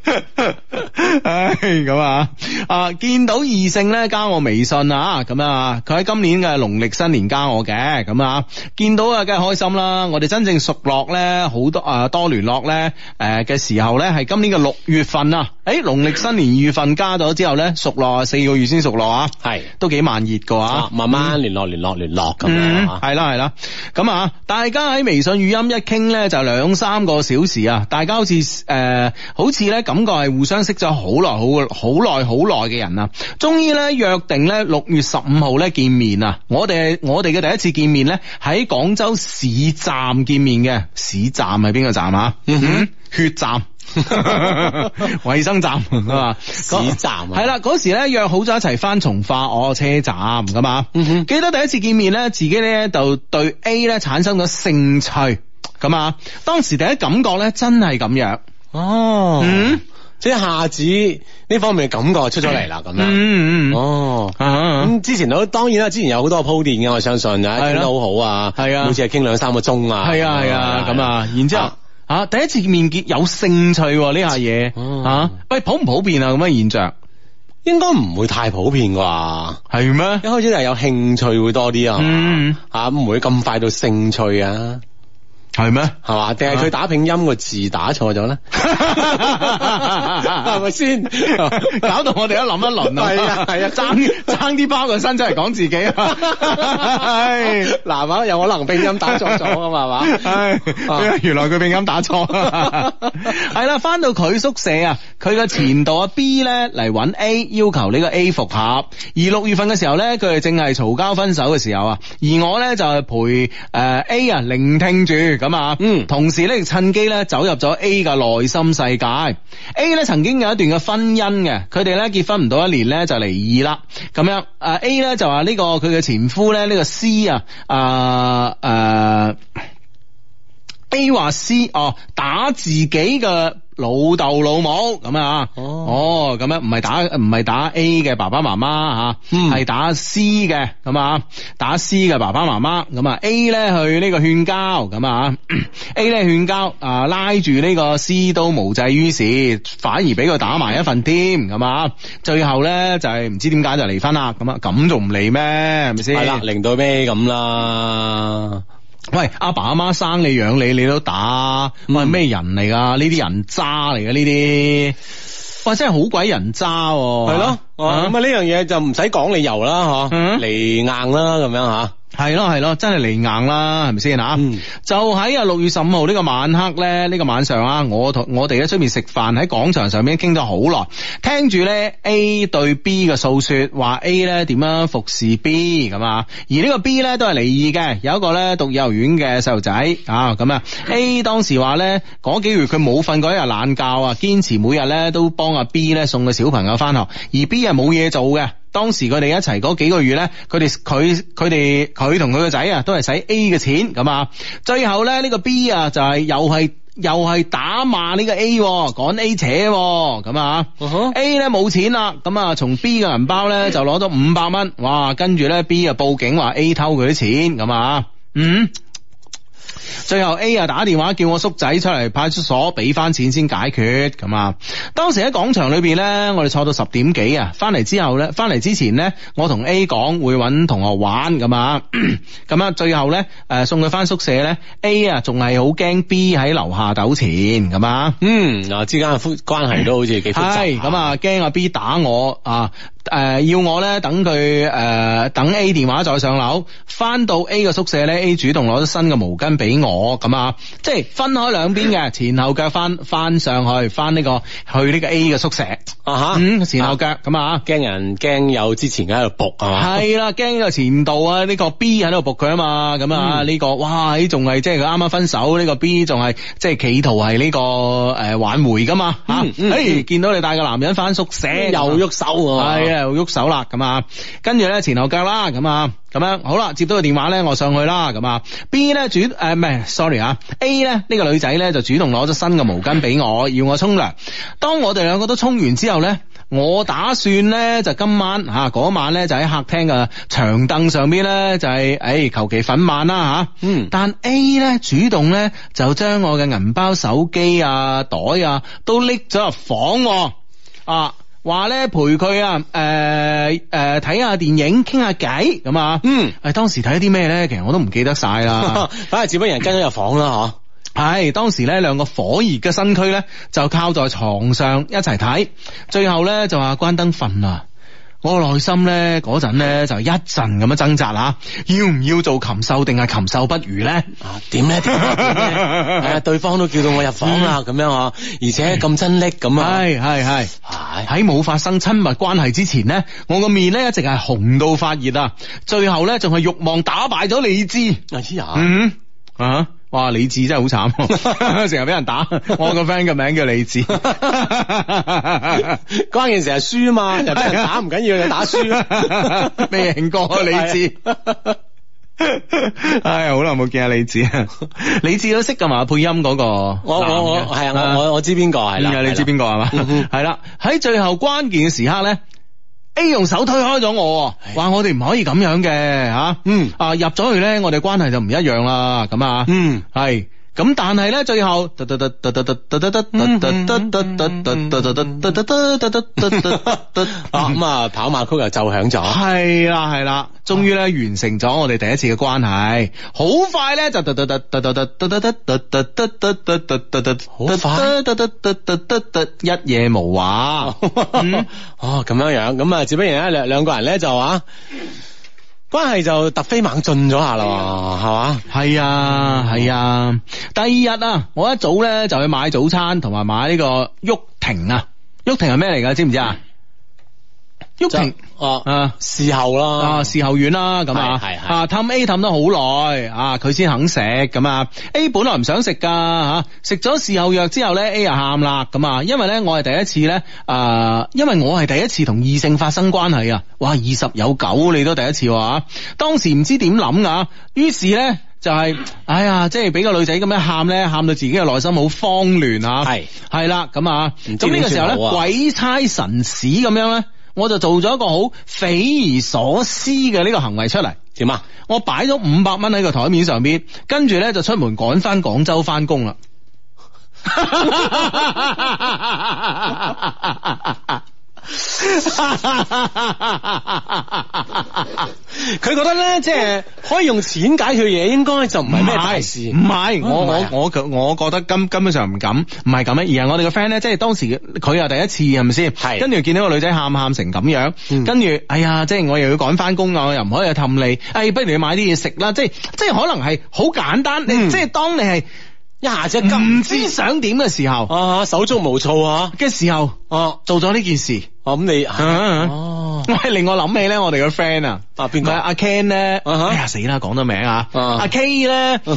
A: 唉，咁啊，啊見到異性咧加我微信啊，咁啊，佢喺今年嘅農曆新年加我嘅，咁啊，見到啊，梗係開心啦。我哋真正熟絡咧，好多啊多聯絡咧，誒、嘅時候咧，係今年嘅六月份啊，誒農曆新年二月份加咗之後咧，熟絡係四個月先熟絡啊，
D: 係
A: 都幾慢熱噶啊
D: 啊，慢慢聯絡聯絡聯絡咁
A: 嗯，
D: 樣啊。
A: 係啦係啦，咁啊，大家喺微信語音一傾咧就兩三個小時啊，大家好似誒、呃好似咧感覺係互相識咗好耐好好耐好耐嘅人啊，終於咧約定咧六月十五號咧見面啊，我哋我哋嘅第一次見面咧喺廣州市站見面嘅，市站係邊個站啊？嗯哼，血 站。衛生站啊，
D: 市站啊
A: 係啦，嗰時咧約好咗一齊翻從化我車站咁啊。
D: 嗯
A: 記得第一次見面咧，自己咧就對 A 咧產生咗興趣咁啊。當時第一感覺咧真係咁樣，
D: 哦
A: 嗯
D: 即係一下子呢方面嘅感覺出咗嚟啦，咁樣。
A: 嗯嗯嗯
D: 啊哦。
A: 啊啊
D: 咁之前都當然啦，之前有好多鋪墊嘅，我相信啊，
A: 係咯
D: 傾得好好啊，
A: 係啊
D: 每次係傾兩三個鐘啊，
A: 係啊係啊咁啊，然之後
D: 啊。
A: 啊！第一次面結有興趣喎呢下嘢
D: 哦
A: 啊，喂普唔普遍啊咁嘅現象？
D: 應該唔會太普遍啩。
A: 系咩
D: 一？開始係有興趣會多啲啊
A: 嗯
D: 嘛，啊唔會咁快到興趣啊，
A: 系咩？
D: 係嘛？定係
A: 啊
D: 佢打拼音個字打錯咗咧？係咪先？
A: 搞到我哋都諗一輪啊！
D: 係啊係啊
A: 爭爭啲包個身出嚟講自己 啊！唉
D: 嗱嘛，有可能拼音打錯咗啊嘛，係嘛？
A: 唉，
D: 啊
A: 原來佢拼音打 錯，係啦，翻到佢宿舍啊，佢嘅前度啊 B 咧嚟揾 A，要求呢個 A 復合。而六月份嘅時候咧，佢哋正係嘈交分手嘅時候啊，而我咧就係陪诶 A 啊聆聽住咁啊，
D: 嗯
A: 同時咧亦趁機咧走入咗 A 嘅內心世界。A 咧曾經有一段嘅婚姻嘅，佢哋咧結婚唔到一年咧就離異啦，咁樣诶 A 咧就話呢、個佢嘅前夫咧呢、個 C 啊啊诶。呃 A 話 C 哦，打自己嘅老豆老母咁啊，哦，咁樣唔係打唔係打 A 嘅爸爸媽媽吓，
D: 嗯
A: 係、打 C 嘅咁啊，打 C 嘅爸爸媽媽咁啊，A 咧去呢個勸交咁啊 ，A 咧勸交啊，拉住呢個 C 都無濟於事，反而俾佢打埋一份添咁啊，最後咧就係、唔知點解就離婚啦，咁啊，咁仲唔離咩？係咪先？
D: 係啦，令到咩咁啦？
A: 喂，阿爸阿媽生你養你，你都打，喂咩人嚟噶？呢啲人渣嚟嘅呢啲，哇真係好鬼人渣喎、
D: 係咯，哦咁啊呢樣嘢就唔使講理由啦，
A: 嗯
D: 嗬，嚟硬啦咁樣吓。
A: 係咯係咯，真係嚟硬啦，係咪先啊？
D: 嗯
A: 就喺啊六月十五號呢個晚黑咧，呢、個晚上啊，我同我哋喺出面食飯，喺廣場上面傾咗好耐，聽住咧 A 對 B 嘅訴說，話 A 咧點樣服侍 B 咁啊，而呢個 B 咧都係離異嘅，有一個咧讀幼兒園嘅細路仔啊，咁啊 A 當時話咧嗰幾月佢冇瞓過一日懶覺啊，堅持每日咧都幫阿 B 咧送個小朋友翻學，而 B 係冇嘢做嘅。當時佢哋一齊嗰幾個月咧，佢哋佢佢哋佢同佢個仔啊，都係使 A 嘅錢咁啊。最後咧呢、呢個 B 啊，就係又係又係打罵呢個 A，喎趕 A 扯喎咁啊。A 咧冇錢啦，咁啊從 B 嘅銀包咧就攞咗五百蚊，哇！跟住咧 B 啊報警話 A 偷佢啲錢咁啊，嗯。最後 A 啊打電話叫我叔仔出嚟派出所俾翻錢先解決咁啊。當時喺廣場裏邊呢，我哋坐到十點幾啊，翻嚟之後呢，翻嚟之前呢，我同 A 講會揾同學玩咁啊， 咁啊最後呢，誒、送佢翻宿舍呢 a 啊仲係好驚 B 喺樓下糾纏咁啊。
D: 嗯，嗱之間嘅夫關係都好似幾複雜。
A: 係咁，啊，驚阿 B 打我啊，诶、要我咧等佢诶、誒等 A 電話再上樓，翻到 A 嘅宿舍咧，A 主動攞咗新嘅毛巾俾我，咁啊，即係分開兩邊嘅，前後腳翻翻上去，翻呢、個去呢個 A 嘅宿舍，
D: 啊吓，
A: 嗯，前後腳咁啊。
D: 驚人驚有之前喺度搏係嘛？
A: 系啦，驚呢個前度啊，呢、個 B 喺度仆佢啊嘛，咁
D: 嗯
A: 啊呢個哇，咦仲係即係佢啱啱分手，呢、個 B 仲係即係企圖係呢、個诶、誒挽回噶嘛吓，
D: 嗯嗯
A: 诶、見到你帶個男人翻宿舍，
D: 又喐手啊！
A: 系啊，喐手啦咁啊，跟住咧前後腳啦咁啊，咁樣好啦，接到個電話咧，我上去啦咁啊，B 咧主誒唔係，sorry 啊，A 咧呢個女仔咧就主動攞咗新嘅毛巾俾我，要我沖涼。當我哋兩個都沖完之後咧。我打算咧就今晚吓嗰、晚咧就喺客廳嘅長凳上邊咧就係誒求其粉晚啦吓，
D: 嗯
A: 但 A 咧主動咧就將我嘅銀包、手機啊、袋啊都拎咗入房喎啊！話咧陪佢啊，誒誒睇下電影，傾下偈咁啊。
D: 嗯，
A: 誒當時睇咗啲咩咧？其實我都唔記得晒 啦。
D: 反而只不過人跟咗入房啦，
A: 係當時咧兩個火熱嘅身軀咧就靠在床上一齊睇，最後咧就話關燈瞓啦。我內心咧嗰陣咧就一陣咁樣掙扎啦，要唔要做禽獸定係禽獸不如咧？
D: 嗬？啊，點咧點咧點咧？係啊，對方都叫到我入房啦，咁樣嗬，而且咁真力咁啊，
A: 係係係。
D: 係
A: 喺冇發生親密關係之前呢，我個面呢一直係紅到發熱啊！最後呢，仲係慾望打敗咗理智。
D: 哎呀，
A: 嗯啊！哇，李志真係好 慘，成日俾人打。我個 friend 嘅名叫李志。，
D: 關鍵時係輸嘛，人俾人打唔緊要，你打輸啦
A: 未贏過啊李志。唉，好耐冇見阿李 志啊！李志都識噶嘛，配音嗰、個
D: 我我我
A: 男嘅
D: 係啊，我我我知邊個係啦，
A: 嗯你知邊個係嘛？
D: 嗯哼
A: 係啦，喺最後關鍵嘅時刻咧。A 用手推開咗我喎，話我哋唔可以咁樣嘅吓，
D: 嗯
A: 啊入咗去咧，我哋關係就唔一樣啦，咁啊，
D: 嗯
A: 係咁咁但係咧最後，咁
D: 咁啊，跑馬曲又奏響 咗，
A: 係啦係啦，終於咧完成咗我哋第一次嘅關係，好快咧就一夜無話，
D: 哦咁樣樣，咁啊，只不然咧兩兩個人咧就啊，關係就突飛猛進咗下啦，係嘛？
A: 係啊，係啊。第二日啊，我一早咧就去買早餐，同埋買呢個玉婷啊。玉婷係咩嚟噶？知唔知啊？玉婷
D: 就啊，
A: 啊。
D: 事後
A: 啊，
D: 啦，
A: 事後院啦，咁啊，
D: 係係係
A: 啊，氹 A 氹得好耐，啊，佢先肯食咁啊。A 本來唔想食噶吓，食咗事後藥之後咧，A 又喊啦，咁啊，因為咧我係第一次咧，啊，因為我係第一次同異性發生關係啊，哇，二十有九你都第一次喎啊，當時唔知點諗啊，於是咧。就係、哎呀，即係俾個女仔咁樣喊咧，喊到自己嘅內心好慌亂啊！
D: 係
A: 係啦，咁啊，
D: 唔知
A: 咁呢個
D: 點
A: 時候
D: 算
A: 咧，
D: 好啊
A: 鬼差神使咁樣咧，我就做咗一個好匪夷所思嘅呢個行為出嚟。
D: 點啊？
A: 我擺咗五百蚊喺個台面上邊，跟住咧就出門趕翻廣州翻工啦。
D: 佢覺得咧，即係可以用錢解決嘢，應該就唔係咩大事。
A: 唔係，我
D: 唔係
A: 我
D: 啊
A: 我覺我覺得根根本上唔敢，唔係咁樣，而係我哋個 friend 咧，即係當時佢又第一次係咪先？
D: 係
A: 跟住見到個女仔喊喊成咁樣，
D: 嗯
A: 跟住哎呀，即係我又要趕翻工啊，我又唔可以去氹你，哎，不如你買啲嘢食啦，即係即係可能係好簡單，你
D: 嗯
A: 即係當你係
D: 一下子
A: 唔
D: 咁
A: 知想點嘅時候
D: 啊，手足無措啊！
A: 嘅時候，
D: 哦，
A: 做咗呢件事，
D: 哦咁 你
A: 啊
D: 哦
A: 喂，令我諗起咧，我哋個 friend 啊。
D: 啊邊
A: 唔係
D: 個？
A: 阿 Ken 咧，
D: 啊哈
A: 哎呀死啦，講咗名啊，
D: 啊
A: 阿 K 咧， 啊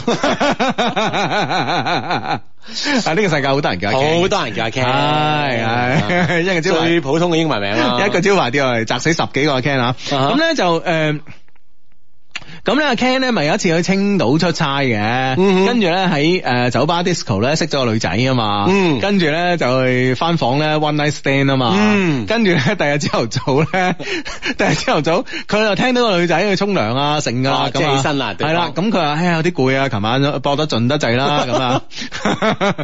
A: 呢個世界好多人叫阿 K，
D: 好多人叫阿 Ken，啊
A: 係 係一個招
D: 最
A: 牌，
D: 普通嘅英文名啦，
A: 一個招牌啲我哋砸死十幾個阿 Ken 啊，
D: 啊哈
A: 咁咧就誒。咁咧，阿 Ken 咧咪有一次去青島出差嘅，
D: 嗯哼
A: 跟住咧喺誒酒吧 disco 咧識咗個女仔啊嘛，
D: 嗯
A: 跟住咧就去翻房咧 one night stand 啊嘛，
D: 嗯
A: 跟住咧第日朝頭早咧， 第日朝頭早佢就聽到個女仔去沖涼啊、剩啊
D: 哦
A: 咁
D: 即係
A: 啊，
D: 起身啦對
A: 係啦，咁
D: 方
A: 佢話哎呀有啲攰啊，琴晚搏得盡得滯 啦，咁啊，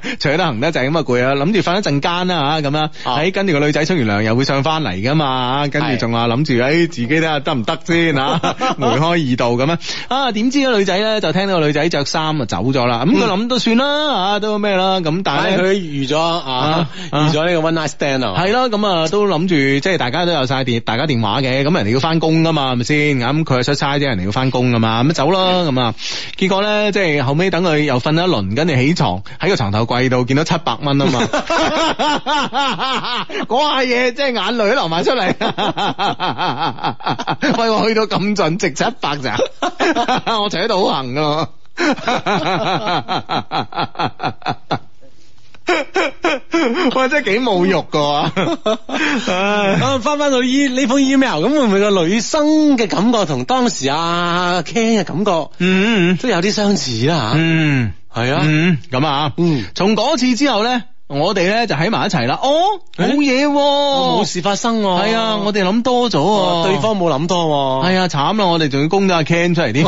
A: 除得行得滯咁啊攰啊，諗住瞓一陣間啦嚇咁啊，
D: 哦
A: 喺跟住個女仔沖完涼又會上翻嚟噶嘛，跟住
D: 係
A: 仲話諗住誒自己睇下得唔得先 嚇，梅開二度咁啊，啊點知個女仔咧就聽到個女仔着衫啊走咗啦，咁佢諗都算啦啊嚇，都咩啦咁，但係
D: 但係
A: 呢
D: 嗯佢預咗啊
A: 啊，
D: 預咗呢個 one night stand 啊，
A: 係咯，咁啊都諗住即係大家都有晒電，大家電話嘅，咁人哋要翻工噶嘛，係咪先？咁佢係出差啫，人哋要翻工噶嘛，咁走啦咁啊。結果咧，即係後尾等佢又瞓一輪，跟住起床喺個床頭櫃度見到七百蚊啊嘛，嗰下嘢即係眼淚都流埋出嚟。喂，我去到咁盡，值七百咋？ 我除到好行噶。哇！真係幾侮辱噶，唉
D: 啊，翻翻到呢呢封 email，咁會唔會個女生嘅感覺同當時阿 Ken 嘅感覺
A: 嗯
D: 都有啲相似啦
A: 嗯
D: 吓？係啊，
A: 嗯咁啊，
D: 嗯，
A: 從嗰次之後咧，我哋咧就喺埋一齊啦。哦，
D: 誒
A: 冇嘢喎，
D: 冇事發生喎，
A: 係啊，我哋諗多咗
D: 哦
A: 喎，
D: 對方冇諗多喎，
A: 係啊，慘啦，我哋仲要供咗阿 Ken 出嚟添。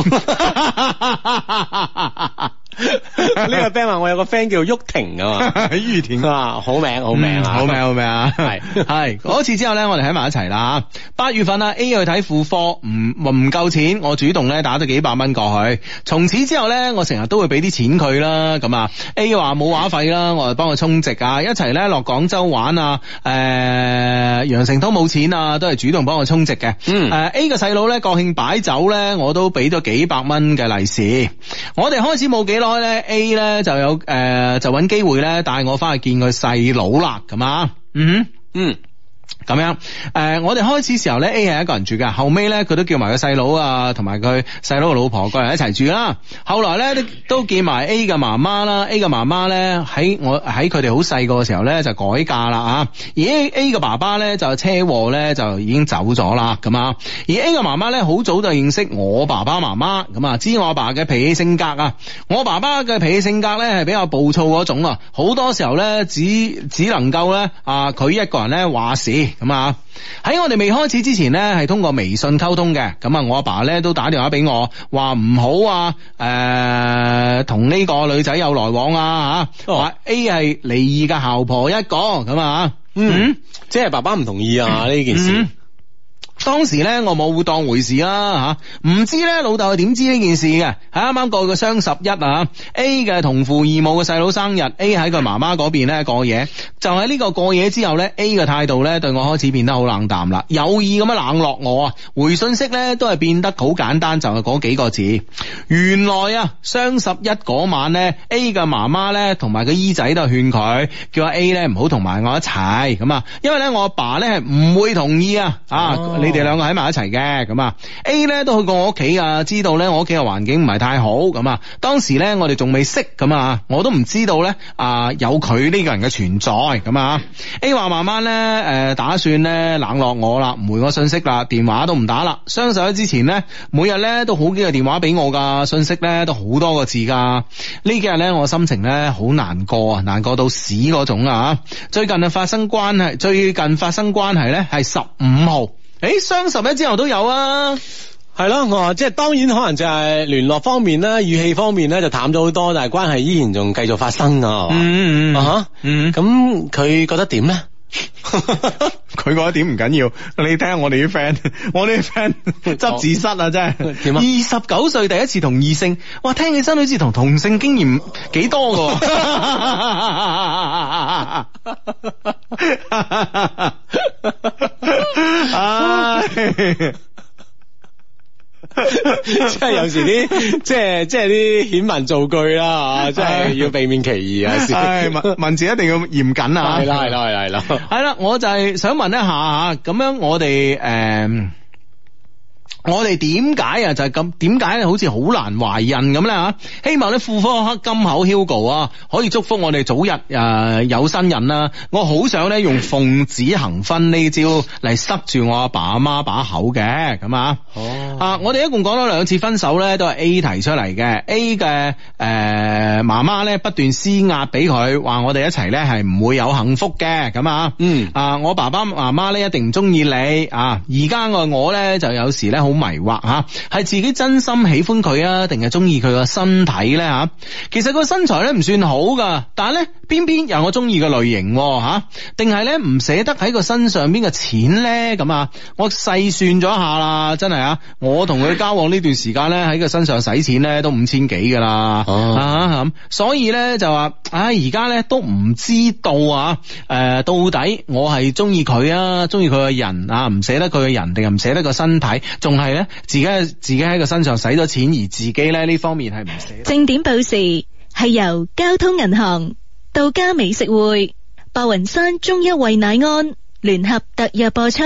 D: 呢個 friend 話我有個 friend 叫玉婷啊
A: 個于田
D: 嘛，啊好名好名
A: 嗯
D: 啊，
A: 好 名好名啊！
D: 係
A: 係嗰次之後咧，我哋喺埋一齊啦。八月份啊，A 去睇婦科，唔唔夠錢，我主動咧打咗幾百蚊過去。從此之後咧，我成日都會俾啲錢佢啦。咁啊，A 話冇話費啦，我就幫佢充值啊，一齊咧落廣州玩啊。誒、羊城通冇錢啊，都係主動幫我充值嘅。
D: 嗯
A: 誒 A 個細佬咧國慶擺酒咧，我都俾咗幾百蚊嘅利是。我哋開始冇幾耐咧，A 咧就有誒、呃就揾機會咧帶我翻去見佢細佬啦，咁啊，嗯哼。
D: 嗯。
A: 咁樣，誒、呃我哋開始時候咧，A 係一個人住嘅，後尾咧佢都叫埋個細佬啊，同埋佢細佬嘅老婆過嚟一齊住啦。後來咧都都見埋 A 嘅媽媽啦，A 嘅媽媽咧喺我喺佢哋好細個嘅時候咧就改嫁啦啊，而 A A 嘅爸爸咧就車禍咧就已經走咗啦咁啊，而 A 嘅媽媽咧好早就認識我爸爸媽媽，咁啊知我阿爸嘅脾氣性格啊，我爸爸嘅脾氣性格咧係比較暴躁嗰種啊，好多時候咧只只能夠咧啊佢一個人咧話事。咁啊。喺我哋未開始之前呢，係通過微信溝通嘅。咁啊，我阿爸呢都打電話俾我，話唔好啊，誒、同呢個女仔有來往啊吓。
D: 哦
A: 話、A 係離異嘅姣婆一個咁啊。
D: 嗯，即係爸爸唔同意啊呢件事
A: 嗯。當時咧我冇當回事啦吓，唔知咧老豆係點知呢件事嘅，喺啱啱過嘅雙十一啊，A 嘅同父異母嘅細佬生日，A 喺佢媽媽嗰邊咧過夜，就喺呢個過夜之後咧，A 嘅態度咧對我開始變得好冷淡啦，有意咁樣冷落我啊，回信息咧都係變得好簡單，就係嗰幾個字。原來啊雙十一嗰晚咧，A 嘅媽媽咧同埋個姨仔都係勸佢，叫阿 A 咧唔好同埋我一齊咁啊，因為咧我阿爸咧係唔會同意啊啊
D: 哦
A: 你哋。兩個喺埋一齊嘅，咁啊 A 咧都去過我屋企啊，知道咧我屋企嘅環境唔係太好，咁啊當時咧我哋仲未識咁啊，我都唔知道咧啊有佢呢個人嘅存在，咁啊 A 話慢慢咧誒打算咧冷落我啦，唔回我信息啦，電話都唔打啦，雙十一之前咧每日咧都好幾個電話俾我噶，信息咧都好多個字噶，呢幾日咧我心情咧好難過啊，難過到屎嗰種啊，最近啊發生關係，最近發生關係咧係十五號。誒，雙十一之後都有
D: 哦
A: 啊，
D: 係咯，我話即係當然可能就係聯絡方面啦，語氣方面咧就淡咗好多，但係關係依然仲繼續發生啊，係嘛
A: 嗯
D: 啊哈
A: 嗯
D: 咁佢覺得點咧？
A: 佢嗰一點唔緊要，你睇下我哋啲 friend，我 哋啲 friend 執自失啊，真係
D: 哦點啊
A: 二十九歲第一次同異性，哇，聽起身好似同同性經驗幾多 噶。 唉
D: 即係有時 啲即係即係啲顯文造句啦，啊即係要避免歧義 啊先。
A: 唉，文文字一定要嚴謹啊！
D: 係啦係啦係啦係啦。
A: 系啦，我就係想問一下吓，咁樣我哋诶。誒我哋點解啊？就係咁點解咧？好似好難懷孕咁咧吓。希望咧婦科黑金口 Hugo 啊，可以祝福我哋早日诶、誒有新人啦、我好想咧用奉子行婚呢招嚟塞住我阿爸阿媽把口嘅咁啊。
D: 哦
A: 啊，我哋一共講咗兩次分手咧，都係 A 提出嚟嘅。A 嘅誒媽媽咧不斷施壓俾佢，話我哋一齊咧係唔會有幸福嘅咁啊。
D: 嗯
A: 啊，我爸爸媽媽咧一定唔中意你啊。而家嘅我咧就有時咧好迷惑嚇，係、自己真心喜歡佢啊，定係中意佢個身體咧嚇、啊其實個身材咧唔算好噶，但係咧偏偏又係我中意嘅類型喎嚇、啊定係咧唔捨得喺個身上邊嘅錢咧咁啊。我細算咗一下啦，真係啊，我同佢交往呢段時間咧喺佢身上使錢咧都五千幾噶啦。
D: 哦
A: 啊咁，所以咧就話，唉，而家咧都唔知道啊，誒、到底我係中意佢啊，中意佢個人啊，唔捨得佢個人，定係唔捨得個身體，仲係咧自己自己喺個身上使咗錢，而自己咧呢方面係唔捨得。
E: 正點報時係由交通銀行、道家美食會、白雲山中一惠乃安聯合特約播出。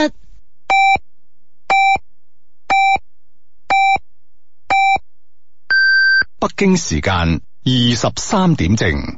F: 北京時間二十三點正。